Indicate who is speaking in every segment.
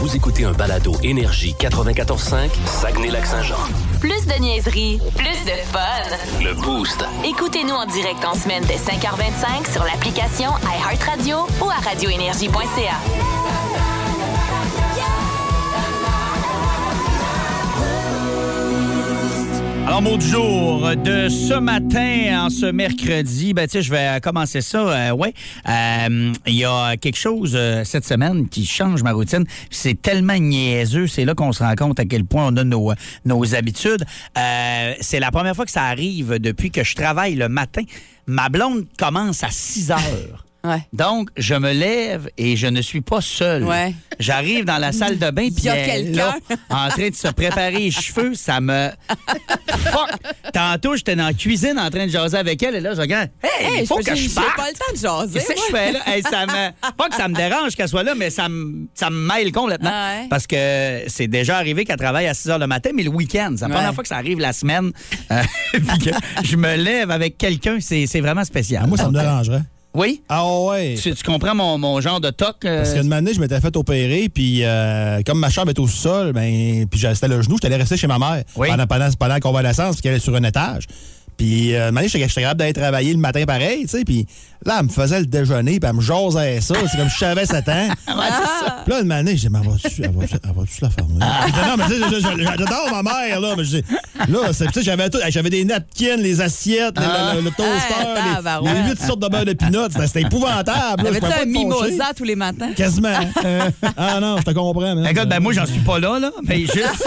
Speaker 1: Vous écoutez un balado Énergie 94.5, Saguenay-Lac-Saint-Jean.
Speaker 2: Plus de niaiserie, plus de fun.
Speaker 1: Le Boost.
Speaker 2: Écoutez-nous en direct en semaine dès 5h25 sur l'application iHeartRadio ou à radioénergie.ca.
Speaker 3: Alors, mot du jour de ce matin, en ce mercredi, ben, tu sais, je vais commencer ça. euh, ouais, Euh, il y a quelque chose euh, cette semaine qui change ma routine. C'est tellement niaiseux. C'est là qu'on se rend compte à quel point on a nos, euh, nos habitudes. Euh, c'est la première fois que ça arrive depuis que je travaille le matin. Ma blonde commence à 6 heures.
Speaker 4: Ouais.
Speaker 3: Donc, je me lève et je ne suis pas seul.
Speaker 4: Ouais.
Speaker 3: J'arrive dans la salle de bain, puis
Speaker 4: y a
Speaker 3: elle est là, en train de se préparer les cheveux, ça me... Fuck! Tantôt, j'étais dans la cuisine en train de jaser avec elle, et là, je regarde, « Hey, il
Speaker 4: Hey,
Speaker 3: faut
Speaker 4: je-
Speaker 3: que
Speaker 4: j'ai-
Speaker 3: je
Speaker 4: j'ai
Speaker 3: parte! »
Speaker 4: pas le temps de jaser,
Speaker 3: Qu'est-ce que je
Speaker 4: moi.
Speaker 3: fais là? Hey, ça me... Pas que ça me dérange qu'elle soit là, mais ça me, ça me mêle complètement.
Speaker 4: Ah ouais.
Speaker 3: Parce que c'est déjà arrivé qu'elle travaille à 6 h le matin, mais le week-end, c'est la première
Speaker 4: Ouais.
Speaker 3: fois que ça arrive la semaine, euh, puis que je me lève avec quelqu'un, c'est c'est vraiment spécial.
Speaker 5: Ah, Moi, ça me dérangerait.
Speaker 3: Oui?
Speaker 5: Ah ouais.
Speaker 3: Tu, tu comprends mon, mon genre de toc? euh,
Speaker 5: Parce qu'une année, je m'étais fait opérer, puis euh, comme ma chambre était au sol, ben, puis j'avais- c'était le genou, j'étais allé rester chez ma mère
Speaker 3: Oui.
Speaker 5: pendant, pendant, pendant la convalescence, parce qu'elle est sur un étage. Puis euh, une année, j'étais j'étais capable d'aller travailler le matin pareil, tu sais, puis là, elle me faisait le déjeuner, puis elle me jasait ça, c'est comme je savais 7 ans. Puis là, une année, je dis, mais elle va-tu elle va-tu- elle va-tu la fermer?
Speaker 4: Ah.
Speaker 5: Elle dit, non, mais tu sais, je- je- je- j'adore ma mère, là, mais je dis, là, c'est- tu sais, j'avais tout, j'avais des napkins, les assiettes, le- le, le
Speaker 4: Ah,
Speaker 5: toaster, les-
Speaker 4: tabarouette.
Speaker 5: les huit sortes de beurre de peanuts, c'était- c'était épouvantable. là, je
Speaker 4: T'avais-tu
Speaker 5: pouvais
Speaker 4: un
Speaker 5: pas me fâcher.
Speaker 4: mimosa tous les matins?
Speaker 5: Quasiment. ah non, je te comprends. man.
Speaker 3: Écoute, ben moi, j'en suis pas là, là, mais juste,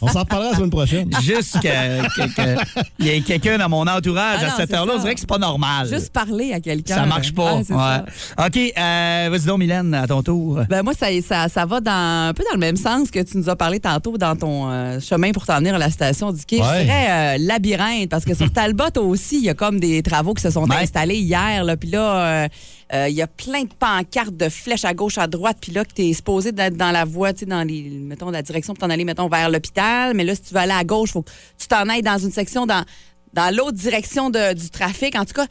Speaker 5: On s'en reparlera la semaine prochaine.
Speaker 3: juste que- que- que il y ait quelqu'un dans mon entourage
Speaker 4: Ah
Speaker 3: à
Speaker 4: non,
Speaker 3: cette
Speaker 4: c'est
Speaker 3: heure-là,
Speaker 4: ça.
Speaker 3: on dirait que c'est pas normal.
Speaker 4: Juste parler à quelqu'un.
Speaker 3: ça marche pas.
Speaker 4: Ah, c'est ça.
Speaker 3: ouais. OK, euh, vas-y donc, Mylène, à ton tour.
Speaker 4: Ben moi, ça, ça, ça va dans, un peu dans le même sens que tu nous as parlé tantôt dans ton euh, chemin pour t'en venir à la station du quai. Je
Speaker 5: Ouais.
Speaker 4: dirais euh, labyrinthe, parce que sur Talbot aussi, il y a comme des travaux qui se sont
Speaker 3: Ouais.
Speaker 4: installés hier. là, Puis là, euh, euh, il y a plein de pancartes, de flèches à gauche, à droite. Puis là, que tu es supposé d'être dans la voie, tu sais, dans les, mettons, la direction pour t'en aller, mettons, vers l'hôpital. Mais là, si tu veux aller à gauche, faut que tu t'en ailles dans une section, dans, dans l'autre direction de- du trafic. En tout cas,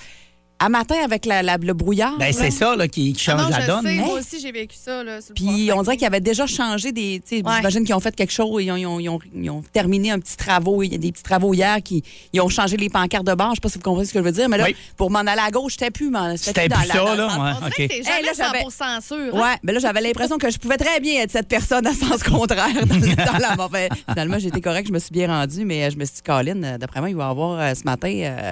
Speaker 4: à matin, avec la, la- le brouillard.
Speaker 3: Ben,
Speaker 4: là,
Speaker 3: c'est ça là, qui, qui change
Speaker 6: non,
Speaker 3: la
Speaker 6: je
Speaker 3: donne.
Speaker 6: Sais,
Speaker 4: Hein?
Speaker 6: Moi aussi, j'ai vécu ça. Là, sur le
Speaker 4: Puis
Speaker 6: port-sac.
Speaker 4: on dirait qu'il y avait déjà changé des. tu sais,
Speaker 6: Ouais.
Speaker 4: J'imagine qu'ils ont fait quelque chose, ils ont, ils ont- ils ont- ils ont terminé un petit travaux, il y a des petits travaux hier qui ils ont changé les pancartes de bord. Je sais pas si vous comprenez ce que je veux dire, mais là,
Speaker 3: Oui.
Speaker 4: pour m'en aller à gauche, j'étais plus, m'en-
Speaker 3: C'était
Speaker 4: dans
Speaker 3: plus
Speaker 4: la-
Speaker 3: ça,
Speaker 4: dans le sens-
Speaker 3: là.
Speaker 6: On
Speaker 3: Ouais,
Speaker 6: dirait que
Speaker 3: OK.
Speaker 6: t'es
Speaker 4: Hey,
Speaker 6: jamais
Speaker 4: là, j'avais-
Speaker 6: 100% sûr. hein?
Speaker 4: Ouais, mais là j'avais l'impression que je pouvais très bien être cette personne à sens contraire dans, le- dans la mauvaise. Finalement, j'étais correcte, je me suis bien rendue, mais euh, je me suis dit, Colin, euh, d'après moi, il va y avoir euh, ce matin, euh,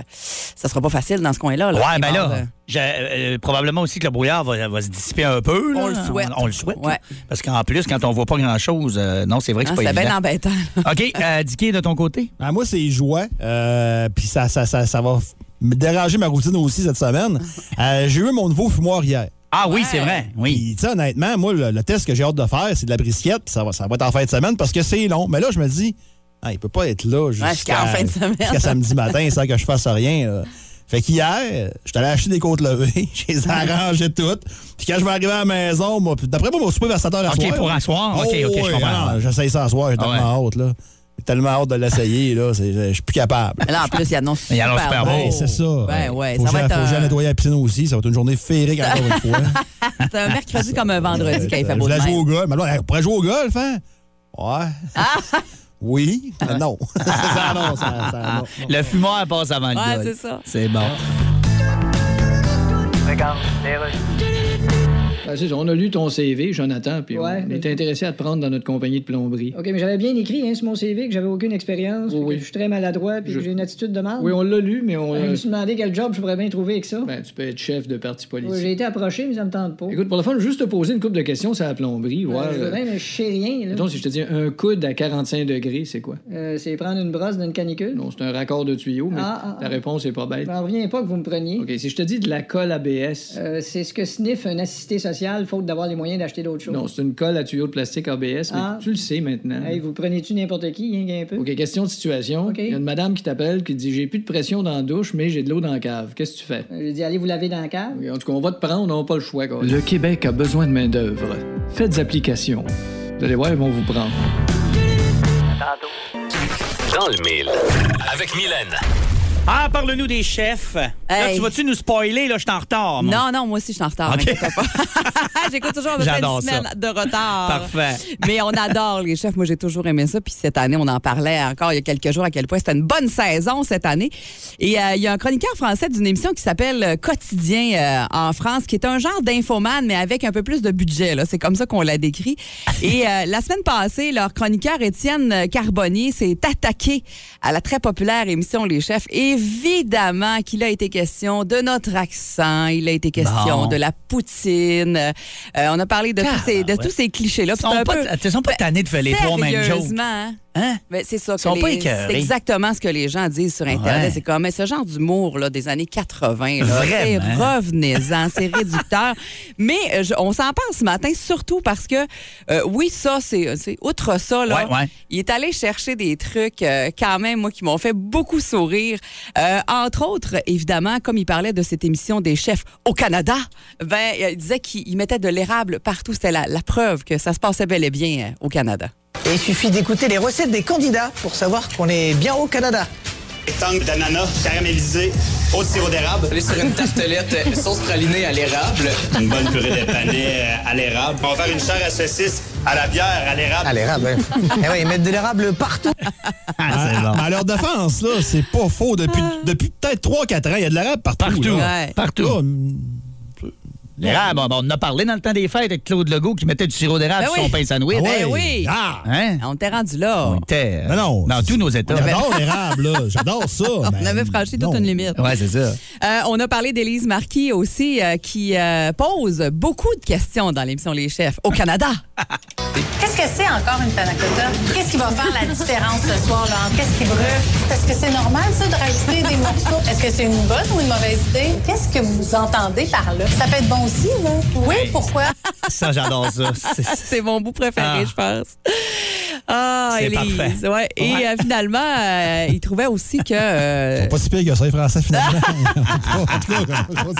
Speaker 4: ça sera pas facile dans ce coin-là. là.
Speaker 3: Ouais, ben
Speaker 4: Il va y
Speaker 3: là,
Speaker 4: avoir, euh,
Speaker 3: j'ai- euh, probablement aussi que le brouillard va, va se dissiper un peu. là.
Speaker 4: On le souhaite.
Speaker 3: On, on le souhaite.
Speaker 4: Ouais.
Speaker 3: là. Parce qu'en plus, quand on voit pas grand-chose, euh, non, c'est vrai que
Speaker 4: hein,
Speaker 3: c'est pas
Speaker 4: C'était bien
Speaker 3: évident.
Speaker 4: embêtant.
Speaker 3: OK, euh, Dicky, de ton côté?
Speaker 5: Ah, moi, c'est joie. Euh, Puis ça, ça, ça, ça va f- me déranger ma routine aussi cette semaine. Euh, j'ai eu mon nouveau fumoir hier.
Speaker 3: Ah oui, c'est vrai. Oui.
Speaker 5: Puis, tu sais, honnêtement, moi, le, le test que j'ai hâte de faire, c'est de la brisquette. puis Ça va, ça va être en fin de semaine parce que c'est long. Mais là, je me dis, ah, il peut pas être là jusqu'à
Speaker 4: jusqu'en fin de semaine.
Speaker 5: jusqu'à samedi matin sans que je fasse rien. là. Fait qu'hier, je allé acheter des côtes levées. Je les ai arrangées toutes. Puis quand je vais arriver à la maison, moi, puis d'après moi, mon souper vers 7 heures à
Speaker 3: OK,
Speaker 5: soir.
Speaker 3: pour un soir.
Speaker 5: Oh,
Speaker 3: OK, OK, je
Speaker 5: ouais,
Speaker 3: comprends.
Speaker 5: non, J'essaye ça à soir. J'ai
Speaker 3: Ah ouais.
Speaker 5: tellement hâte, là. J'ai tellement hâte de l'essayer, là. c'est- Je je suis plus capable.
Speaker 4: Mais Là, en plus, il annonce
Speaker 3: Il annonce super
Speaker 4: beau.
Speaker 3: beau.
Speaker 5: Ben, c'est ça.
Speaker 4: Ah, Ben, ouais, ça
Speaker 5: faut
Speaker 4: va
Speaker 5: que j'aille-
Speaker 4: être
Speaker 5: faut que j'aille
Speaker 4: un-
Speaker 5: nettoyer la piscine aussi. Ça va être une journée féerique encore une fois.
Speaker 4: C'est un mercredi comme un vendredi quand il
Speaker 3: Euh,
Speaker 4: fait beau
Speaker 5: Euh, Je
Speaker 4: de
Speaker 5: voulais jouer
Speaker 4: même.
Speaker 5: au golf. Mais là, on pourrait jouer au golf, hein? Ouais.
Speaker 4: Ah!
Speaker 5: Oui, mais non. ça, non, ça, ça, non.
Speaker 3: Le fumoir passe avant
Speaker 4: Ouais,
Speaker 3: le golf.
Speaker 4: c'est ça.
Speaker 3: C'est bon.
Speaker 7: Ben, c'est ça, on a lu ton CV, Jonathan, puis
Speaker 8: Ouais, Oh.
Speaker 7: on
Speaker 8: mais-
Speaker 7: est intéressé à te prendre dans notre compagnie de plomberie.
Speaker 8: OK, mais j'avais bien écrit hein, sur mon CV que j'avais aucune expérience, puis
Speaker 7: Oui, oui.
Speaker 8: que je suis très maladroit, puis
Speaker 7: Je-
Speaker 8: que j'ai une attitude de mal.
Speaker 7: Oui, on l'a lu, mais on...
Speaker 8: Je
Speaker 7: euh,
Speaker 8: me suis demandé quel job je pourrais bien trouver avec ça.
Speaker 7: ben, tu peux être chef de parti politique.
Speaker 8: Oui, j'ai été approché, mais ça me tente pas.
Speaker 7: Écoute, pour le fun, juste te poser une couple de questions sur la plomberie,
Speaker 8: Euh,
Speaker 7: voir...
Speaker 8: je veux
Speaker 7: euh,
Speaker 8: bien, mais je sais rien. là.
Speaker 7: mettons, si je te dis un coude à 45 degrés, c'est quoi?
Speaker 8: Euh, c'est prendre une brosse d'une canicule.
Speaker 7: Non, c'est un raccord de tuyau, mais
Speaker 8: Ah, ah,
Speaker 7: ta
Speaker 8: ah.
Speaker 7: réponse est pas
Speaker 8: Je
Speaker 7: bête.
Speaker 8: m'en reviens pas que vous me preniez.
Speaker 7: OK, si je te dis de la colle ABS...
Speaker 8: Euh, c'est ce que sniff un assisté social, faute d'avoir les moyens d'acheter d'autres choses.
Speaker 7: Non, c'est une colle à tuyau de plastique ABS, mais
Speaker 8: Ah.
Speaker 7: tu le sais maintenant.
Speaker 8: Hey, vous prenez-tu n'importe qui, rien qu'un peu?
Speaker 7: OK, question de situation.
Speaker 8: OK.
Speaker 7: Il y a une madame qui t'appelle qui dit « J'ai plus de pression dans la douche, mais j'ai de l'eau dans la cave. Qu'est-ce que tu fais? »
Speaker 8: Euh, J'ai dit, allez vous laver dans la cave.
Speaker 7: Oui, En tout cas, on va te prendre, on n'a pas le choix. Quoi. Le Québec a besoin de main-d'œuvre. Faites application. Vous allez voir, ils vont vous prendre.
Speaker 1: Dans le mille. Avec Mylène.
Speaker 3: Ah, parle-nous des chefs. Là,
Speaker 4: Hey.
Speaker 3: tu vas-tu nous spoiler? Là, je suis en retard. moi.
Speaker 4: Non, non, moi aussi, je suis en retard.
Speaker 3: Ok.
Speaker 4: inquiète pas. J'écoute toujours à peu près
Speaker 3: J'adore
Speaker 4: une semaine
Speaker 3: ça.
Speaker 4: de retard.
Speaker 3: Parfait.
Speaker 4: Mais on adore les chefs. Moi, j'ai toujours aimé ça. Puis cette année, on en parlait encore il y a quelques jours à quel point c'était une bonne saison cette année. Et euh, il y a un chroniqueur français d'une émission qui s'appelle euh, Quotidien euh, en France, qui est un genre d'infomane, mais avec un peu plus de budget. là. C'est comme ça qu'on l'a décrit. Et euh, la semaine passée, leur chroniqueur Étienne euh, Carbonnier s'est attaqué à la très populaire émission Les Chefs. Évidemment qu'il a été question de notre accent, il a été question
Speaker 3: Bon.
Speaker 4: de la poutine. Euh, on a parlé de, tous ces, de
Speaker 3: Tabarouette.
Speaker 4: tous ces clichés-là.
Speaker 3: Ils sont, pas, ils sont pas tannés de faire les trois mêmes jokes.
Speaker 4: Sérieusement,
Speaker 3: Hein?
Speaker 4: ben, c'est ça. que
Speaker 3: sont
Speaker 4: les-
Speaker 3: pas écœurés.
Speaker 4: C'est exactement ce que les gens disent sur Internet.
Speaker 3: Ouais.
Speaker 4: C'est comme mais ce genre d'humour là, des années 80. là, c'est
Speaker 3: Vraiment.
Speaker 4: Revenez-en, c'est réducteur. Mais euh, je- on s'en parle ce matin, surtout parce que, euh, oui, ça, c'est c'est- outre ça, là,
Speaker 3: Ouais, ouais.
Speaker 4: il est allé chercher des trucs euh, quand même, moi, qui m'ont fait beaucoup sourire. Euh, entre autres, évidemment, comme il parlait de cette émission des chefs au Canada, ben, euh, il disait qu'il il mettait de l'érable partout. C'était la, la preuve que ça se passait bel et bien euh, au Canada.
Speaker 9: Et il suffit d'écouter les recettes des candidats pour savoir qu'on est bien au Canada.
Speaker 10: Tangue d'ananas caramélisé au sirop d'érable.
Speaker 11: Aller sur une tartelette euh, sauce pralinée à l'érable.
Speaker 10: Une bonne purée de panais euh, à l'érable. On va faire une chair à saucisse à la bière à l'érable.
Speaker 9: À l'érable, hein. Eh ouais, ils mettent de l'érable partout.
Speaker 3: Ah, c'est bon.
Speaker 5: À leur défense, là, c'est pas faux. Depuis, depuis peut-être 3-4 ans, il y a de l'arabe partout.
Speaker 3: Partout.
Speaker 5: là.
Speaker 4: Ah! Ouais.
Speaker 3: Partout.
Speaker 5: Là,
Speaker 3: L'érable, bon, on en a parlé dans le temps des fêtes avec Claude Legault qui mettait du sirop
Speaker 4: Ben
Speaker 3: d'érable sur
Speaker 4: oui.
Speaker 3: son pain sandwich.
Speaker 4: Ben oui.
Speaker 5: Ah!
Speaker 3: Hein?
Speaker 4: On t'est rendu là.
Speaker 3: On était, euh,
Speaker 5: Non, non.
Speaker 3: dans tous nos états.
Speaker 5: J'adore l'érable, là. J'adore ça.
Speaker 4: On avait franchi toute une limite.
Speaker 3: Ouais, c'est ça.
Speaker 4: Euh, on a parlé d'Élise Marquis aussi, euh, qui euh, pose beaucoup de questions dans l'émission Les Chefs au Canada.
Speaker 12: Qu'est-ce que c'est encore une panacota? Qu'est-ce qui va faire la différence ce soir, là? entre Qu'est-ce qui brûle? Est-ce que c'est normal, ça, de rajouter des morceaux? Est-ce que c'est une bonne ou une mauvaise idée? Qu'est-ce que vous entendez par là? Ça peut être bon aussi, là? Oui, pourquoi?
Speaker 3: Ça, j'adore ça. C'est- c'est-
Speaker 4: C'est mon bout préféré,
Speaker 3: Ah.
Speaker 4: je pense. Ah,
Speaker 3: C'est
Speaker 4: Élise.
Speaker 3: parfait.
Speaker 4: Ouais. Et euh, finalement, euh, il trouvait aussi que, euh,
Speaker 5: Pas si pire que ça, les Français, finalement. en tout cas, comme-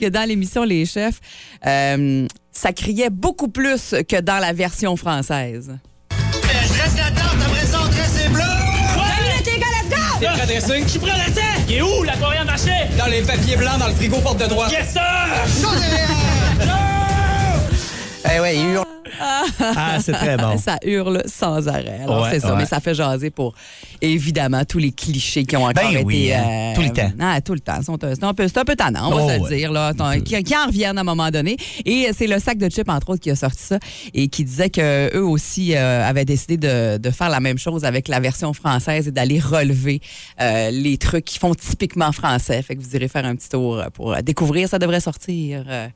Speaker 4: que dans l'émission Les Chefs, euh, ça criait beaucoup plus que dans la version française.
Speaker 10: Je reste la tarte, après ça, on dresse les bleus.
Speaker 11: T'es prêt à dresser? Je suis prêt à dresser! Il est où, la coriandre hachée? Dans les papiers blancs, dans le frigo, porte de droite. Yes, sir!
Speaker 9: Eh ouais, ils hurlent.
Speaker 3: Ah, c'est très bon.
Speaker 4: Ça hurle sans arrêt. Alors,
Speaker 3: Ouais,
Speaker 4: c'est ça,
Speaker 3: ouais.
Speaker 4: mais ça fait jaser pour, évidemment, tous les clichés qui ont encore
Speaker 3: Ben
Speaker 4: été...
Speaker 3: oui, hein. Tout le temps.
Speaker 4: Ah, tout le temps. Ils sont- C'est un peu, c'est un peu tannant, on va
Speaker 3: Oh,
Speaker 4: se le
Speaker 3: ouais.
Speaker 4: dire. Là, T'en- qui, qui en reviennent à un moment donné. Et euh, c'est le sac de chips, entre autres, qui a sorti ça et qui disait que eux aussi euh, avaient décidé de, de faire la même chose avec la version française et d'aller relever euh, les trucs qui font typiquement français. Fait que vous irez faire un petit tour euh, pour euh, découvrir. Ça devrait sortir... euh,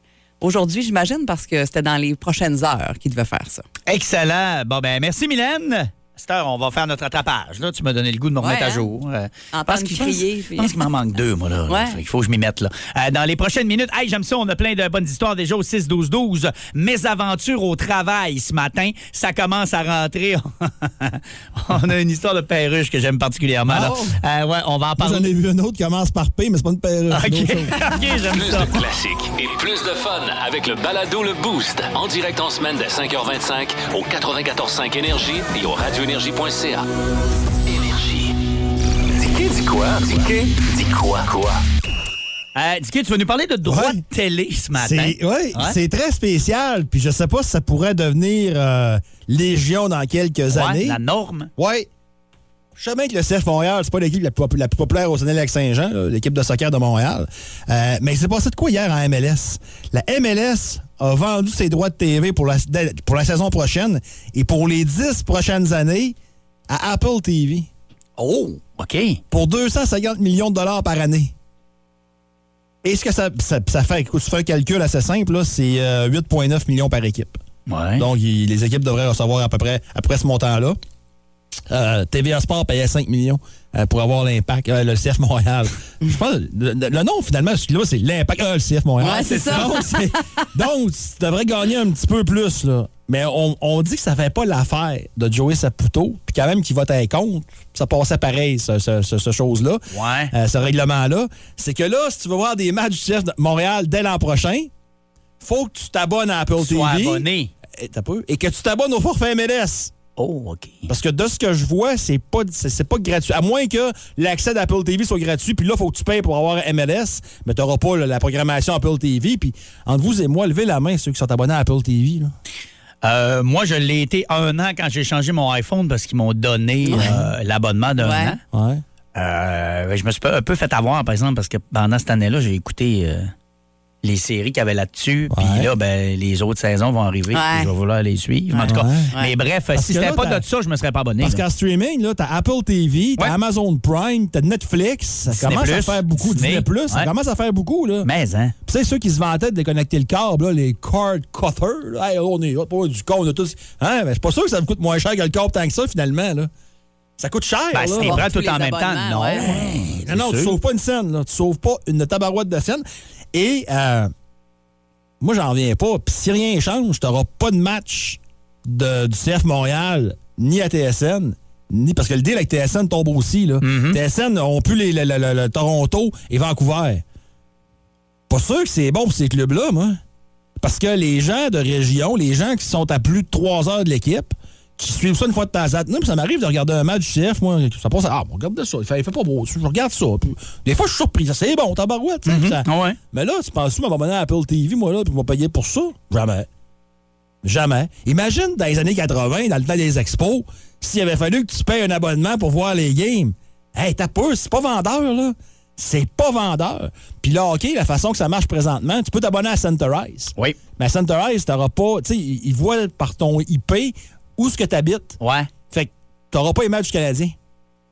Speaker 4: Aujourd'hui, j'imagine, parce que c'était dans les prochaines heures qu'ils devaient faire ça.
Speaker 3: Excellent. Bon, ben merci, Mylène. À cette heure, on va faire notre attrapage. Là, tu m'as donné le goût de me remettre
Speaker 4: Ouais,
Speaker 3: à
Speaker 4: hein?
Speaker 3: jour. Euh,
Speaker 4: Entendre
Speaker 3: parce qu'il-
Speaker 4: crier,
Speaker 3: Je
Speaker 4: puis-
Speaker 3: pense qu'il m'en manque deux, moi. Là.
Speaker 4: Ouais.
Speaker 3: Il faut que je m'y mette. Là. Euh, dans les prochaines minutes, hey, j'aime ça, on a plein de bonnes histoires déjà au 6-12-12. Mes aventures au travail ce matin, ça commence à rentrer. on a une histoire de perruche que j'aime particulièrement. là.
Speaker 4: Oh!
Speaker 3: Euh, ouais, on va en
Speaker 5: Moi,
Speaker 3: parler.
Speaker 5: J'en ai vu une autre qui commence par P, mais c'est pas une perruque.
Speaker 3: OK,
Speaker 5: c'est une autre chose.
Speaker 3: OK, j'aime
Speaker 1: Plus
Speaker 3: ça.
Speaker 1: de classiques et plus de fun avec le balado Le Boost. En direct en semaine dès 5h25 au 94.5 Énergie et au radioénergie.ca. Énergie. Dis qui, dis quoi? Dis qui, dis quoi? Quoi?
Speaker 3: Euh, Dicky, tu vas nous parler de droit
Speaker 5: Ouais.
Speaker 3: de télé ce matin.
Speaker 5: C'est ouais,
Speaker 3: Ouais.
Speaker 5: c'est très spécial, puis je sais pas si ça pourrait devenir euh, légion dans quelques
Speaker 3: Ouais,
Speaker 5: années.
Speaker 3: la norme.
Speaker 5: Ouais. Je sais bien que le CF Montréal, c'est pas l'équipe la, plus pop- la plus populaire au sénégal saint jean l'équipe de soccer de Montréal. Euh, mais il s'est passé de quoi hier en MLS? La MLS a vendu ses droits de TV pour la, pour la saison prochaine et pour les 10 prochaines années à Apple TV
Speaker 3: Oh, OK.
Speaker 5: pour 250 millions de dollars par année. Et ce que ça, ça, ça fait, écoute, tu fais un calcul assez simple, là, c'est euh, 8,9 millions par équipe.
Speaker 3: Ouais.
Speaker 5: Donc, il- les équipes devraient recevoir à peu près après ce montant-là. Euh, TVA Sport payait 5 millions euh, pour avoir l'impact. Euh, le CF Montréal. Je pense que le, le- le nom, finalement, celui-là, c'est l'impact. Euh, le CF Montréal.
Speaker 4: Ouais, c'est ça.
Speaker 5: Donc, c'est- donc, tu devrais gagner un petit peu plus. Là. Mais on, on dit que ça fait pas l'affaire de Joey Saputo. Puis quand même qu'il vote un contre, ça passait pareil, ce, ce- ce- ce chose-là.
Speaker 3: Ouais.
Speaker 5: Euh, ce règlement-là. C'est que là, si tu veux voir des matchs du CF de Montréal dès l'an prochain, faut que tu t'abonnes à Apple
Speaker 3: Sois
Speaker 5: TV
Speaker 3: abonné.
Speaker 5: Eh, et, t'as pas eu- et que tu t'abonnes au forfait MLS.
Speaker 3: Oh, OK.
Speaker 5: Parce que de ce que je vois, c'est pas c'est c'est pas gratuit. À moins que l'accès d'Apple TV soit gratuit, puis là, faut que tu payes pour avoir MLS, mais tu n'auras pas là, la programmation Apple TV. Puis entre vous et moi, levez la main ceux qui sont abonnés à Apple TV. là.
Speaker 3: Euh, moi, je l'ai été un an quand j'ai changé mon iPhone parce qu'ils m'ont donné euh, l'abonnement d'un
Speaker 5: Ouais.
Speaker 3: an. Euh, je me suis pas- un peu fait avoir, par exemple, parce que pendant cette année-là, j'ai écouté euh, les séries qu'il y avait là-dessus. Puis là, ben, les autres saisons vont arriver.
Speaker 5: Ouais.
Speaker 3: puis Je vais vouloir les suivre. En tout cas, Mais bref,
Speaker 5: Parce
Speaker 3: si
Speaker 5: que
Speaker 3: c'était
Speaker 5: là,
Speaker 3: pas
Speaker 5: t'as-
Speaker 3: de ça, je me serais pas abonné.
Speaker 5: Parce
Speaker 3: là.
Speaker 5: qu'en streaming, là, t'as Apple TV, t'as Amazon Prime, t'as Netflix. Ça
Speaker 3: Disney+,
Speaker 5: commence à faire beaucoup.
Speaker 3: Disney.
Speaker 5: Disney+, Plus, ça
Speaker 3: Ouais.
Speaker 5: commence à faire beaucoup, là.
Speaker 3: Mais, hein.
Speaker 5: Puis c'est ceux qui se vantaient de déconnecter le câble, là, les cord cutters. là. Hey, on est hop, oh, du con, on a tous... Hein, ben, je suis pas sûr que ça me coûte moins cher que le câble tant que ça, finalement, là. Ça coûte cher,
Speaker 3: Ben,
Speaker 5: là.
Speaker 3: si t'es prêt tout en même temps, non.
Speaker 5: Non, non, tu
Speaker 3: sûr.
Speaker 5: sauves pas une scène, là. Tu sauves pas une tabarouette de scène. Et euh, moi, j'en reviens pas. Puis si rien change, t'auras pas de match de- du CF Montréal, ni à TSN, ni parce que le deal avec TSN tombe aussi. Là.
Speaker 3: Mm-hmm.
Speaker 5: TSN ont pu les, le- le- le- le Toronto et Vancouver. Pas sûr que c'est bon pour ces clubs-là, moi. Parce que les gens de région, les gens qui sont à plus de 3 heures de l'équipe, qui suivent ça une fois de temps à temps. Non, puis ça m'arrive de regarder un match du CF, moi, ça passe, ah, bon, regarde ça, il fait, il fait pas beau, je regarde ça. Puis des fois, je suis surpris, c'est bon, tabarouette. tu sais, puis ça- Mais là, tu penses-tu m'abonner à Apple TV, moi, là, puis je vais payer pour ça? Jamais. Jamais. Imagine dans les années 80, dans le temps des expos, s'il avait fallu que tu payes un abonnement pour voir les games. Hey, t'as peur, c'est pas vendeur, là. C'est pas vendeur. Puis là, OK, la façon que ça marche présentement, tu peux t'abonner à Centerize.
Speaker 3: Oui.
Speaker 5: Mais à Centerize, t'auras pas. Tu sais, ils ils voient par ton IP où ce que t'habites.
Speaker 3: Ouais.
Speaker 5: Fait que t'auras pas les matchs du Canadien.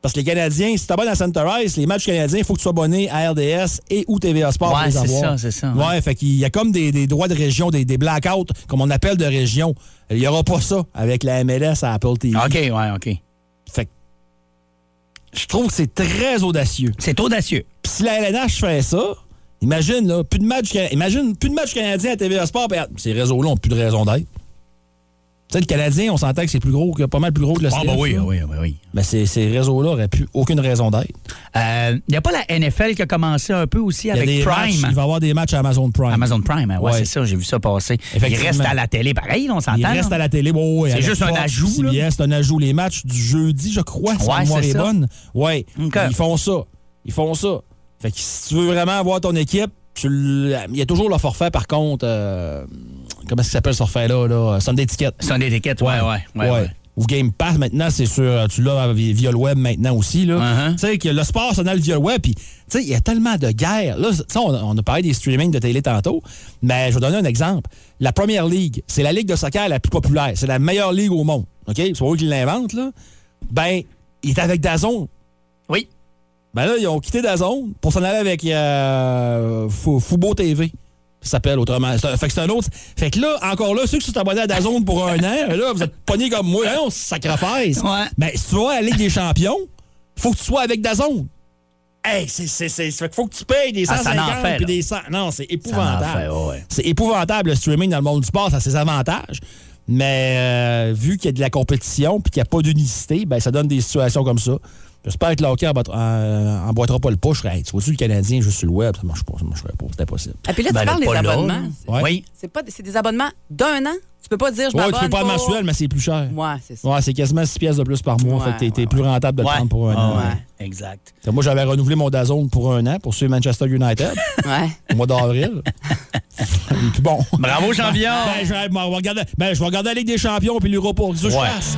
Speaker 5: Parce que les Canadiens, si t'abonnes à Centerize, les matchs canadiens, il faut que tu sois abonné à RDS et ou TVA Sport pour
Speaker 3: Ouais,
Speaker 5: les
Speaker 3: c'est
Speaker 5: avoir.
Speaker 3: ça, c'est ça, ouais.
Speaker 5: Ouais, fait qu'il y a comme des, des droits de région, des, des blackouts, comme on appelle de région. Il n'y aura pas ça avec la MLS à Apple TV.
Speaker 3: OK, ouais, OK.
Speaker 5: Fait que je trouve que c'est très audacieux.
Speaker 3: C'est audacieux.
Speaker 5: Puis si la LNH fait ça, imagine, là, plus de matchs cana- imagine, plus de matchs canadiens à TVA Sport, ben, ces réseaux-là n'ont plus de raison d'être. Tu sais, le Canadien, on s'entend que c'est plus gros, que pas mal plus gros que le
Speaker 3: Ah,
Speaker 5: CF,
Speaker 3: bah oui,
Speaker 5: là.
Speaker 3: oui, oui, oui.
Speaker 5: Mais Ben, ces, ces réseaux-là n'auraient plus aucune raison d'être.
Speaker 3: Il n'y Euh, a pas la NFL qui a commencé un peu aussi
Speaker 5: Il y a
Speaker 3: avec
Speaker 5: des
Speaker 3: Prime.
Speaker 5: matchs, il va y avoir des matchs à Amazon Prime.
Speaker 3: Amazon Prime, hein, ouais,
Speaker 5: Ouais.
Speaker 3: c'est ça, j'ai vu ça passer. Il
Speaker 5: Effectivement.
Speaker 3: reste à la télé, pareil, là, on s'entend.
Speaker 5: Il reste
Speaker 3: là.
Speaker 5: à la télé. bon, ouais,
Speaker 3: C'est
Speaker 5: avec
Speaker 3: juste un
Speaker 5: Fox,
Speaker 3: ajout,
Speaker 5: CBS,
Speaker 3: là.
Speaker 5: c'est un ajout. Les matchs du jeudi, je crois, si
Speaker 3: Ouais,
Speaker 5: ma mémoire
Speaker 3: c'est
Speaker 5: est
Speaker 3: ça.
Speaker 5: bonne. Oui,
Speaker 3: OK.
Speaker 5: ils font ça. Ils font ça. Fait que si tu veux vraiment avoir ton équipe, tu l'- il y a toujours le forfait, par contre. euh, comment est-ce qu'il s'appelle ce forfait-là? Là? Sunday Ticket.
Speaker 3: Sunday Ticket, ouais, ouais, ouais, ouais.
Speaker 5: Ou Game Pass, maintenant, c'est sûr. euh, Tu l'as via via le web maintenant aussi. là.
Speaker 3: Uh-huh.
Speaker 5: Tu sais, que le sport s'en a le via le web. Puis, tu sais, il y a tellement de guerres. Là, tu sais, on, on a parlé des streamings de télé tantôt, mais je vais donner un exemple. La première ligue, c'est la ligue de soccer la plus populaire. C'est la meilleure ligue au monde. OK? C'est eux qui l'inventent, là. Ben, il est avec Dazon.
Speaker 3: Oui.
Speaker 5: Ben là, ils ont quitté Dazon pour s'en aller avec euh, Fou- Fubo TV. Ça s'appelle autrement. C'est un- fait que c'est un autre. Fait que là, encore là, ceux qui sont abonnés à Dazon pour un an, là, vous êtes pognés comme moi, hein, on se sacrifice.
Speaker 3: Ouais.
Speaker 5: Ben, si tu vas à la Ligue des Champions, faut que tu sois avec Dazon. Hey, c'est, c'est, c'est, fait que faut que tu payes des
Speaker 3: Ah, ça
Speaker 5: 150
Speaker 3: en fait,
Speaker 5: puis
Speaker 3: là.
Speaker 5: des 100.
Speaker 3: Ça en
Speaker 5: Non, c'est
Speaker 3: fait,
Speaker 5: épouvantable.
Speaker 3: Ah, ben, ouais, ouais.
Speaker 5: C'est épouvantable le streaming dans le monde du sport, ça a ses avantages. Mais euh, vu qu'il y a de la compétition puis qu'il n'y a pas d'unicité, ben, ça donne des situations comme ça. J'espère que le hockey n'emboîtera pas le push. Hey, tu vois-tu le Canadien juste sur le web? Ça marche pas, ça marcherait pas, c'est impossible.
Speaker 4: Ah, puis là, tu
Speaker 3: Ben,
Speaker 4: parles des abonnements.
Speaker 5: Oui.
Speaker 4: C'est pas, c'est des abonnements d'un an. Tu peux pas dire je
Speaker 5: Ouais,
Speaker 4: m'abonne
Speaker 5: tu peux pas
Speaker 4: pour-
Speaker 5: le mensuel, mais c'est plus cher.
Speaker 4: Ouais, c'est ça.
Speaker 5: Ouais, c'est quasiment 6 pièces de plus par mois.
Speaker 4: Ouais,
Speaker 5: fait que t'es- t'es plus rentable de le prendre pour un euh, an.
Speaker 3: Ouais, Exact.
Speaker 5: Fait que Moi, j'avais renouvelé mon Dazone pour un an pour suivre Manchester United
Speaker 4: Ouais.
Speaker 5: au mois d'avril. Et puis bon.
Speaker 3: Bravo, jean vian
Speaker 5: Ben, je vais, ben, on va regarder, ben, je vais regarder la Ligue des Champions puis l'Europa pour que je fasse.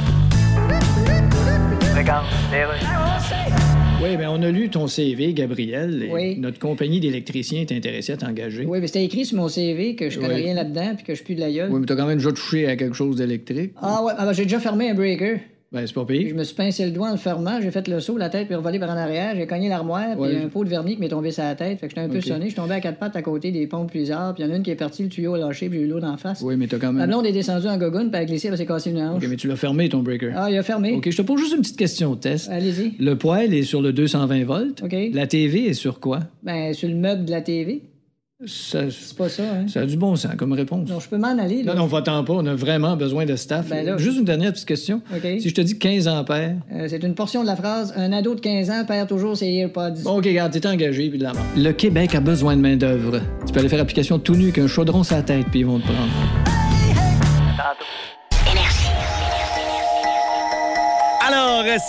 Speaker 7: Oui, mais on a lu ton CV, Gabriel. et Notre compagnie d'électriciens est intéressée à t'engager.
Speaker 8: Oui, mais c'était écrit sur mon CV que je connais
Speaker 7: Oui.
Speaker 8: rien là-dedans puis que je pue de la gueule.
Speaker 7: Oui, mais t'as quand même déjà touché à quelque chose d'électrique.
Speaker 8: Ah ouais, ah ben, j'ai déjà fermé un breaker.
Speaker 7: Ben, c'est pas
Speaker 8: Puis
Speaker 7: pire.
Speaker 8: je me suis pincé le doigt en le fermant, j'ai fait le saut, la tête puis revolé par en arrière, j'ai cogné l'armoire, puis
Speaker 7: Ouais.
Speaker 8: il y a un pot de vernis qui m'est tombé sur la tête, fait que j'étais un peu
Speaker 7: Ok.
Speaker 8: sonné, je suis tombé à quatre pattes à côté des pompes plusieurs, puis il y en a une qui est partie, le tuyau a lâché, puis j'ai eu l'eau d'en face.
Speaker 7: Oui, mais t'as quand
Speaker 8: La
Speaker 7: même.
Speaker 8: blonde est descendue en gogoune, puis elle a glissé, puis elle s'est cassée une hanche.
Speaker 7: OK, mais tu l'as fermé, ton breaker.
Speaker 8: Ah, il a fermé.
Speaker 7: OK, je te pose juste une petite question test.
Speaker 8: Allez-y.
Speaker 7: Le poêle est sur le 220 volts.
Speaker 8: OK.
Speaker 7: La TV est sur quoi?
Speaker 8: Ben, sur le meuble de la TV.
Speaker 7: Ça,
Speaker 8: C'est pas ça, hein?
Speaker 7: ça a du bon sens comme réponse.
Speaker 8: Donc, je peux m'en aller, là.
Speaker 7: Non, non, va-t'en pas. On a vraiment besoin de staff.
Speaker 8: Ben là-
Speaker 7: Juste une dernière petite question.
Speaker 8: OK.
Speaker 7: Si je te dis 15 ampères.
Speaker 8: Euh, c'est une portion de la phrase Un ado de 15 ans perd toujours ses AirPods.
Speaker 7: Bon, OK, regarde, t'es engagé, puis de la mort. Le Québec a besoin de main-d'œuvre. Tu peux aller faire application tout nu qu'un chaudron sa tête, puis ils vont te prendre.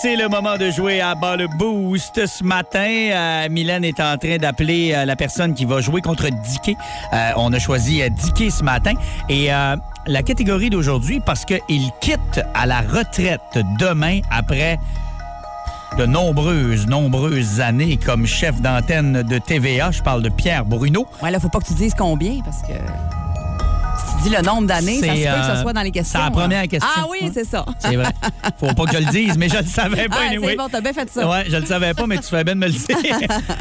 Speaker 3: c'est le moment de jouer à bas le boost. Ce matin, euh, Mylène est en train d'appeler euh, la personne qui va jouer contre Dicky. Euh, on a choisi euh, Dicky ce matin. Et euh, la catégorie d'aujourd'hui, parce qu'il quitte à la retraite demain après de nombreuses, nombreuses années comme chef d'antenne de TVA. Je parle de Pierre Bruno.
Speaker 4: Ouais, là, faut pas que tu dises combien, parce que si tu dis le nombre d'années, ça se
Speaker 3: C'est,
Speaker 4: peut que
Speaker 3: euh,
Speaker 4: ce soit dans les questions.
Speaker 3: c'est la première
Speaker 4: hein.
Speaker 3: question.
Speaker 4: Ah oui, c'est ça.
Speaker 3: C'est vrai. Faut pas que je le dise, mais je le savais pas.
Speaker 4: Ah,
Speaker 3: anyway.
Speaker 4: c'est bon, t'as bien fait ça.
Speaker 3: Ouais, je le savais pas, mais tu fais bien de me le dire.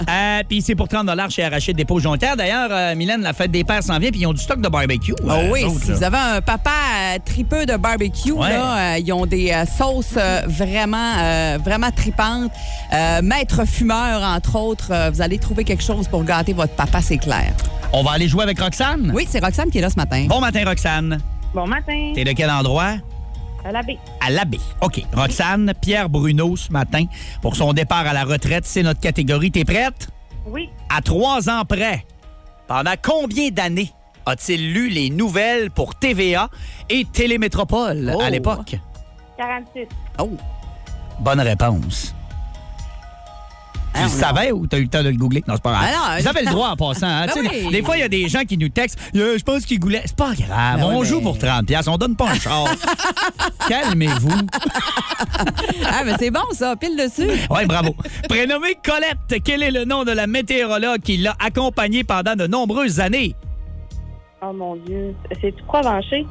Speaker 3: Euh, puis c'est pour 30 chez Arraché Dépôt Jonquière. D'ailleurs, euh, Mylène, la fête des pères s'en vient, puis ils ont du stock de barbecue.
Speaker 4: Ah
Speaker 3: euh,
Speaker 4: oui,
Speaker 3: eux autres,
Speaker 4: si
Speaker 3: là.
Speaker 4: vous avez un papa euh, tripeux de barbecue,
Speaker 3: Ouais.
Speaker 4: là, euh, ils ont des euh, sauces euh, vraiment, euh, vraiment tripantes. Euh, maître fumeur, entre autres, euh, vous allez trouver quelque chose pour gâter votre papa, c'est clair.
Speaker 3: On va aller jouer avec Roxane.
Speaker 4: Oui, c'est Roxane qui est là ce matin.
Speaker 3: Bon matin, Roxane.
Speaker 13: Bon matin.
Speaker 3: T'es de quel endroit?
Speaker 13: À la baie.
Speaker 3: à l'abbé. OK. Roxane, Pierre Bruno ce matin pour son départ à la retraite. C'est notre catégorie. T'es prête?
Speaker 13: Oui.
Speaker 3: À trois ans près, pendant combien d'années a-t-il lu les nouvelles pour TVA et Télémétropole
Speaker 13: Oh.
Speaker 3: à l'époque?
Speaker 13: 46.
Speaker 3: Oh! Bonne réponse.
Speaker 13: Ah,
Speaker 3: Tu le savais ou t'as eu le temps de le googler? Non, c'est pas grave.
Speaker 11: Ah non,
Speaker 3: Vous
Speaker 11: euh,
Speaker 3: avez le droit en passant. hein.
Speaker 11: Ben
Speaker 3: Tu sais,
Speaker 11: oui.
Speaker 3: Des fois, il y a des gens qui nous textent Euh, Je pense qu'ils goulaient. C'est pas grave.
Speaker 11: Ben
Speaker 3: on
Speaker 11: ouais,
Speaker 3: joue
Speaker 11: mais-
Speaker 3: pour 30$. piastres. On donne pas un char. Calmez-vous.
Speaker 4: ah, mais c'est bon, ça. Pile dessus.
Speaker 3: Oui, bravo. Prénommée Colette, quel est le nom de la météorologue qui l'a accompagnée pendant de nombreuses années?
Speaker 13: Oh mon Dieu. C'est tout provenché.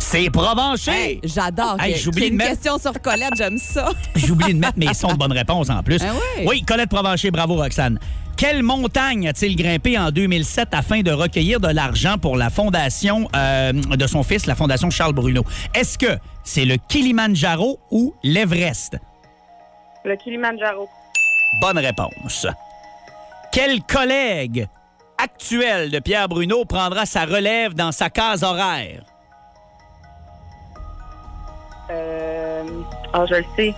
Speaker 3: C'est Provencher!
Speaker 4: Hey, J'adore.
Speaker 3: Hey,
Speaker 4: qu'il y ait-
Speaker 3: j'oublie
Speaker 4: qu'il y ait
Speaker 3: de
Speaker 4: une
Speaker 3: mettre-
Speaker 4: question sur Colette, j'aime ça.
Speaker 3: J'oublie de mettre mes sons de bonne réponse en plus.
Speaker 4: Ah oui?
Speaker 3: Oui, Colette Provencher, bravo Roxane. Quelle montagne a-t-il grimpé en 2007 afin de recueillir de l'argent pour la fondation euh, de son fils, la fondation Charles Bruno? Est-ce que c'est le Kilimanjaro ou l'Everest?
Speaker 13: Le Kilimanjaro.
Speaker 3: Bonne réponse. Quel collègue actuel de Pierre Bruno prendra sa relève dans sa case horaire?
Speaker 13: Euh... Oh, je le sais.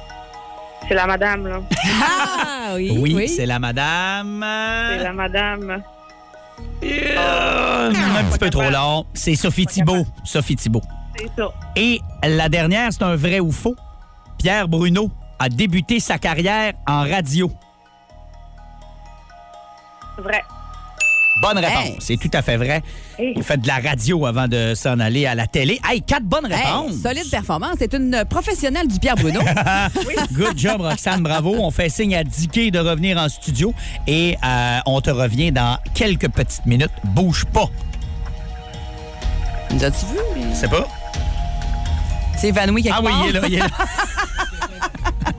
Speaker 13: C'est la madame, là.
Speaker 4: Ah oui.
Speaker 3: Oui, c'est la madame.
Speaker 13: C'est la madame.
Speaker 3: Euh, un petit peu trop long. C'est Sophie Thibault. Sophie Thibault.
Speaker 13: C'est ça.
Speaker 3: Et la dernière, c'est un vrai ou faux. Pierre Bruno a débuté sa carrière en radio.
Speaker 13: Vrai.
Speaker 3: Bonne réponse. C'est tout à fait vrai.
Speaker 13: Hey.
Speaker 3: Il fait de la radio avant de s'en aller à la télé. Hey, quatre bonnes réponses.
Speaker 4: Hey, solide performance. C'est une professionnelle du Pierre Bruno.
Speaker 3: Good job, Roxane, bravo. On fait signe à Dicky de revenir en studio et euh, on te revient dans quelques petites minutes. Bouge pas.
Speaker 4: Nous as-tu vu? Je
Speaker 3: sais pas.
Speaker 4: C'est évanoui quelque
Speaker 3: Ah oui,
Speaker 4: part.
Speaker 3: il est là, il est là.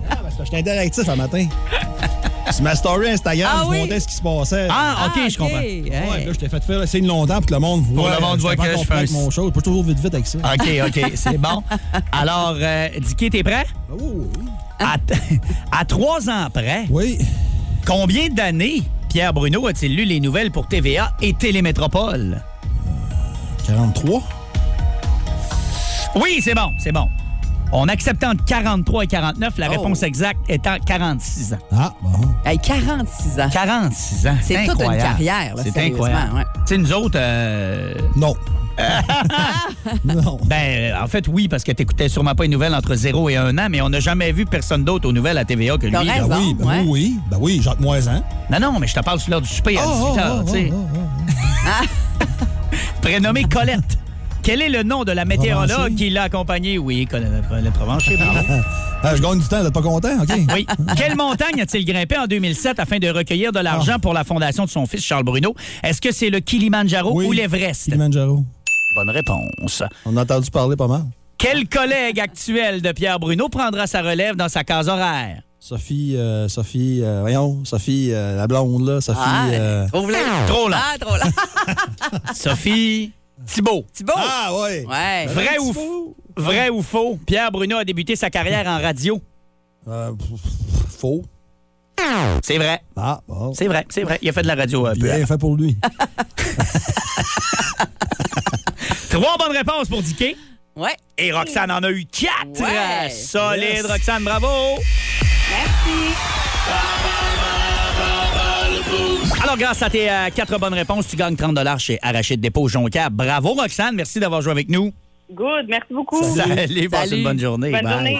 Speaker 5: ben, Parce que j'étais interactif un matin. C'est ma story Instagram,
Speaker 4: Ah
Speaker 5: je
Speaker 4: oui?
Speaker 5: montais ce qui se passait.
Speaker 3: Ah,
Speaker 4: ok, Ah, je ok. comprends. Hey.
Speaker 5: Ouais, là, je t'ai fait faire le signe longtemps pour que le monde voit. euh,
Speaker 3: le monde voit
Speaker 5: J'étais pas
Speaker 3: que je Ah.
Speaker 5: en
Speaker 3: fais un-
Speaker 5: avec mon show. Je peux toujours vite, vite avec ça.
Speaker 3: OK, OK, c'est bon. Alors, euh, Dicky, t'es prêt?
Speaker 4: Oh,
Speaker 3: À, t- à trois ans près,
Speaker 5: oui.
Speaker 3: combien d'années Pierre Bruno a-t-il lu les nouvelles pour TVA et Télémétropole?
Speaker 5: 43?
Speaker 3: Oui, c'est bon, c'est bon. On accepte entre 43 et 49, la
Speaker 4: Oh.
Speaker 3: réponse exacte étant 46 ans.
Speaker 5: Ah, bon.
Speaker 4: Hey, 46 ans.
Speaker 3: 46 ans.
Speaker 4: C'est toute une
Speaker 3: incroyable.
Speaker 4: carrière. là,
Speaker 3: C'est
Speaker 4: sérieusement,
Speaker 3: incroyable.
Speaker 4: ouais.
Speaker 3: Tu sais, nous autres. euh,
Speaker 5: Non. non.
Speaker 3: Ben, euh, en fait, oui, parce que t'écoutais sûrement pas une nouvelle entre 0 et 1 an, mais on n'a jamais vu personne d'autre aux nouvelles à TVA que lui.
Speaker 4: T'as
Speaker 3: là.
Speaker 4: raison,
Speaker 5: oui, ben
Speaker 4: ouais.
Speaker 5: oui, oui. Ben oui, Jacques Moisan.
Speaker 3: Non, non, mais je te parle sur l'heure du souper à 18
Speaker 5: Oh, oh,
Speaker 3: h,
Speaker 5: oh,
Speaker 3: tu sais. Prénommée Colette. Quel est le nom de la météorologue
Speaker 5: Provencher.
Speaker 3: qui l'a accompagnée? Oui, Colette, Colette Provencher, bravo.
Speaker 5: Ah, je gagne du temps, t'es pas content? OK.
Speaker 3: Oui. Quelle montagne a-t-il grimpé en 2007 afin de recueillir de l'argent
Speaker 5: Ah.
Speaker 3: pour la fondation de son fils Charles Bruno? Est-ce que c'est le Kilimanjaro
Speaker 5: Oui.
Speaker 3: ou l'Everest?
Speaker 5: Kilimanjaro.
Speaker 3: Bonne réponse.
Speaker 5: On a entendu parler pas mal.
Speaker 3: Quel collègue actuel de Pierre Bruno prendra sa relève dans sa case horaire?
Speaker 5: Sophie, euh, Sophie, euh, voyons, Sophie, euh, la blonde, là, Sophie.
Speaker 4: Ah,
Speaker 5: euh,
Speaker 4: trouve-le.
Speaker 3: Trop lent.
Speaker 4: Ah, trop lent.
Speaker 3: Sophie Thibault.
Speaker 4: Thibault.
Speaker 5: Ah, ouais.
Speaker 4: Ouais.
Speaker 3: Vrai ou, vrai ou faux? Pierre Bruno a débuté sa carrière en radio.
Speaker 5: euh, faux.
Speaker 3: C'est vrai.
Speaker 5: Ah, bon.
Speaker 3: C'est vrai, c'est vrai. Il a fait de la radio euh, un peu.
Speaker 5: Bien fait pour lui.
Speaker 3: Trois bonnes réponses pour Dicky.
Speaker 4: Ouais.
Speaker 3: Et Roxane en a eu quatre.
Speaker 4: Ouais.
Speaker 3: Solide,
Speaker 5: Yes.
Speaker 3: Roxane, bravo. Merci. Alors, grâce à tes euh, quatre bonnes réponses, tu gagnes 30 chez Arachide Dépôt Jonquière. Bravo, Roxane. Merci d'avoir joué avec nous.
Speaker 13: Good. Merci beaucoup.
Speaker 3: Allez, passe
Speaker 4: Salut.
Speaker 3: une bonne journée.
Speaker 13: Bonne
Speaker 3: Bye.
Speaker 13: journée.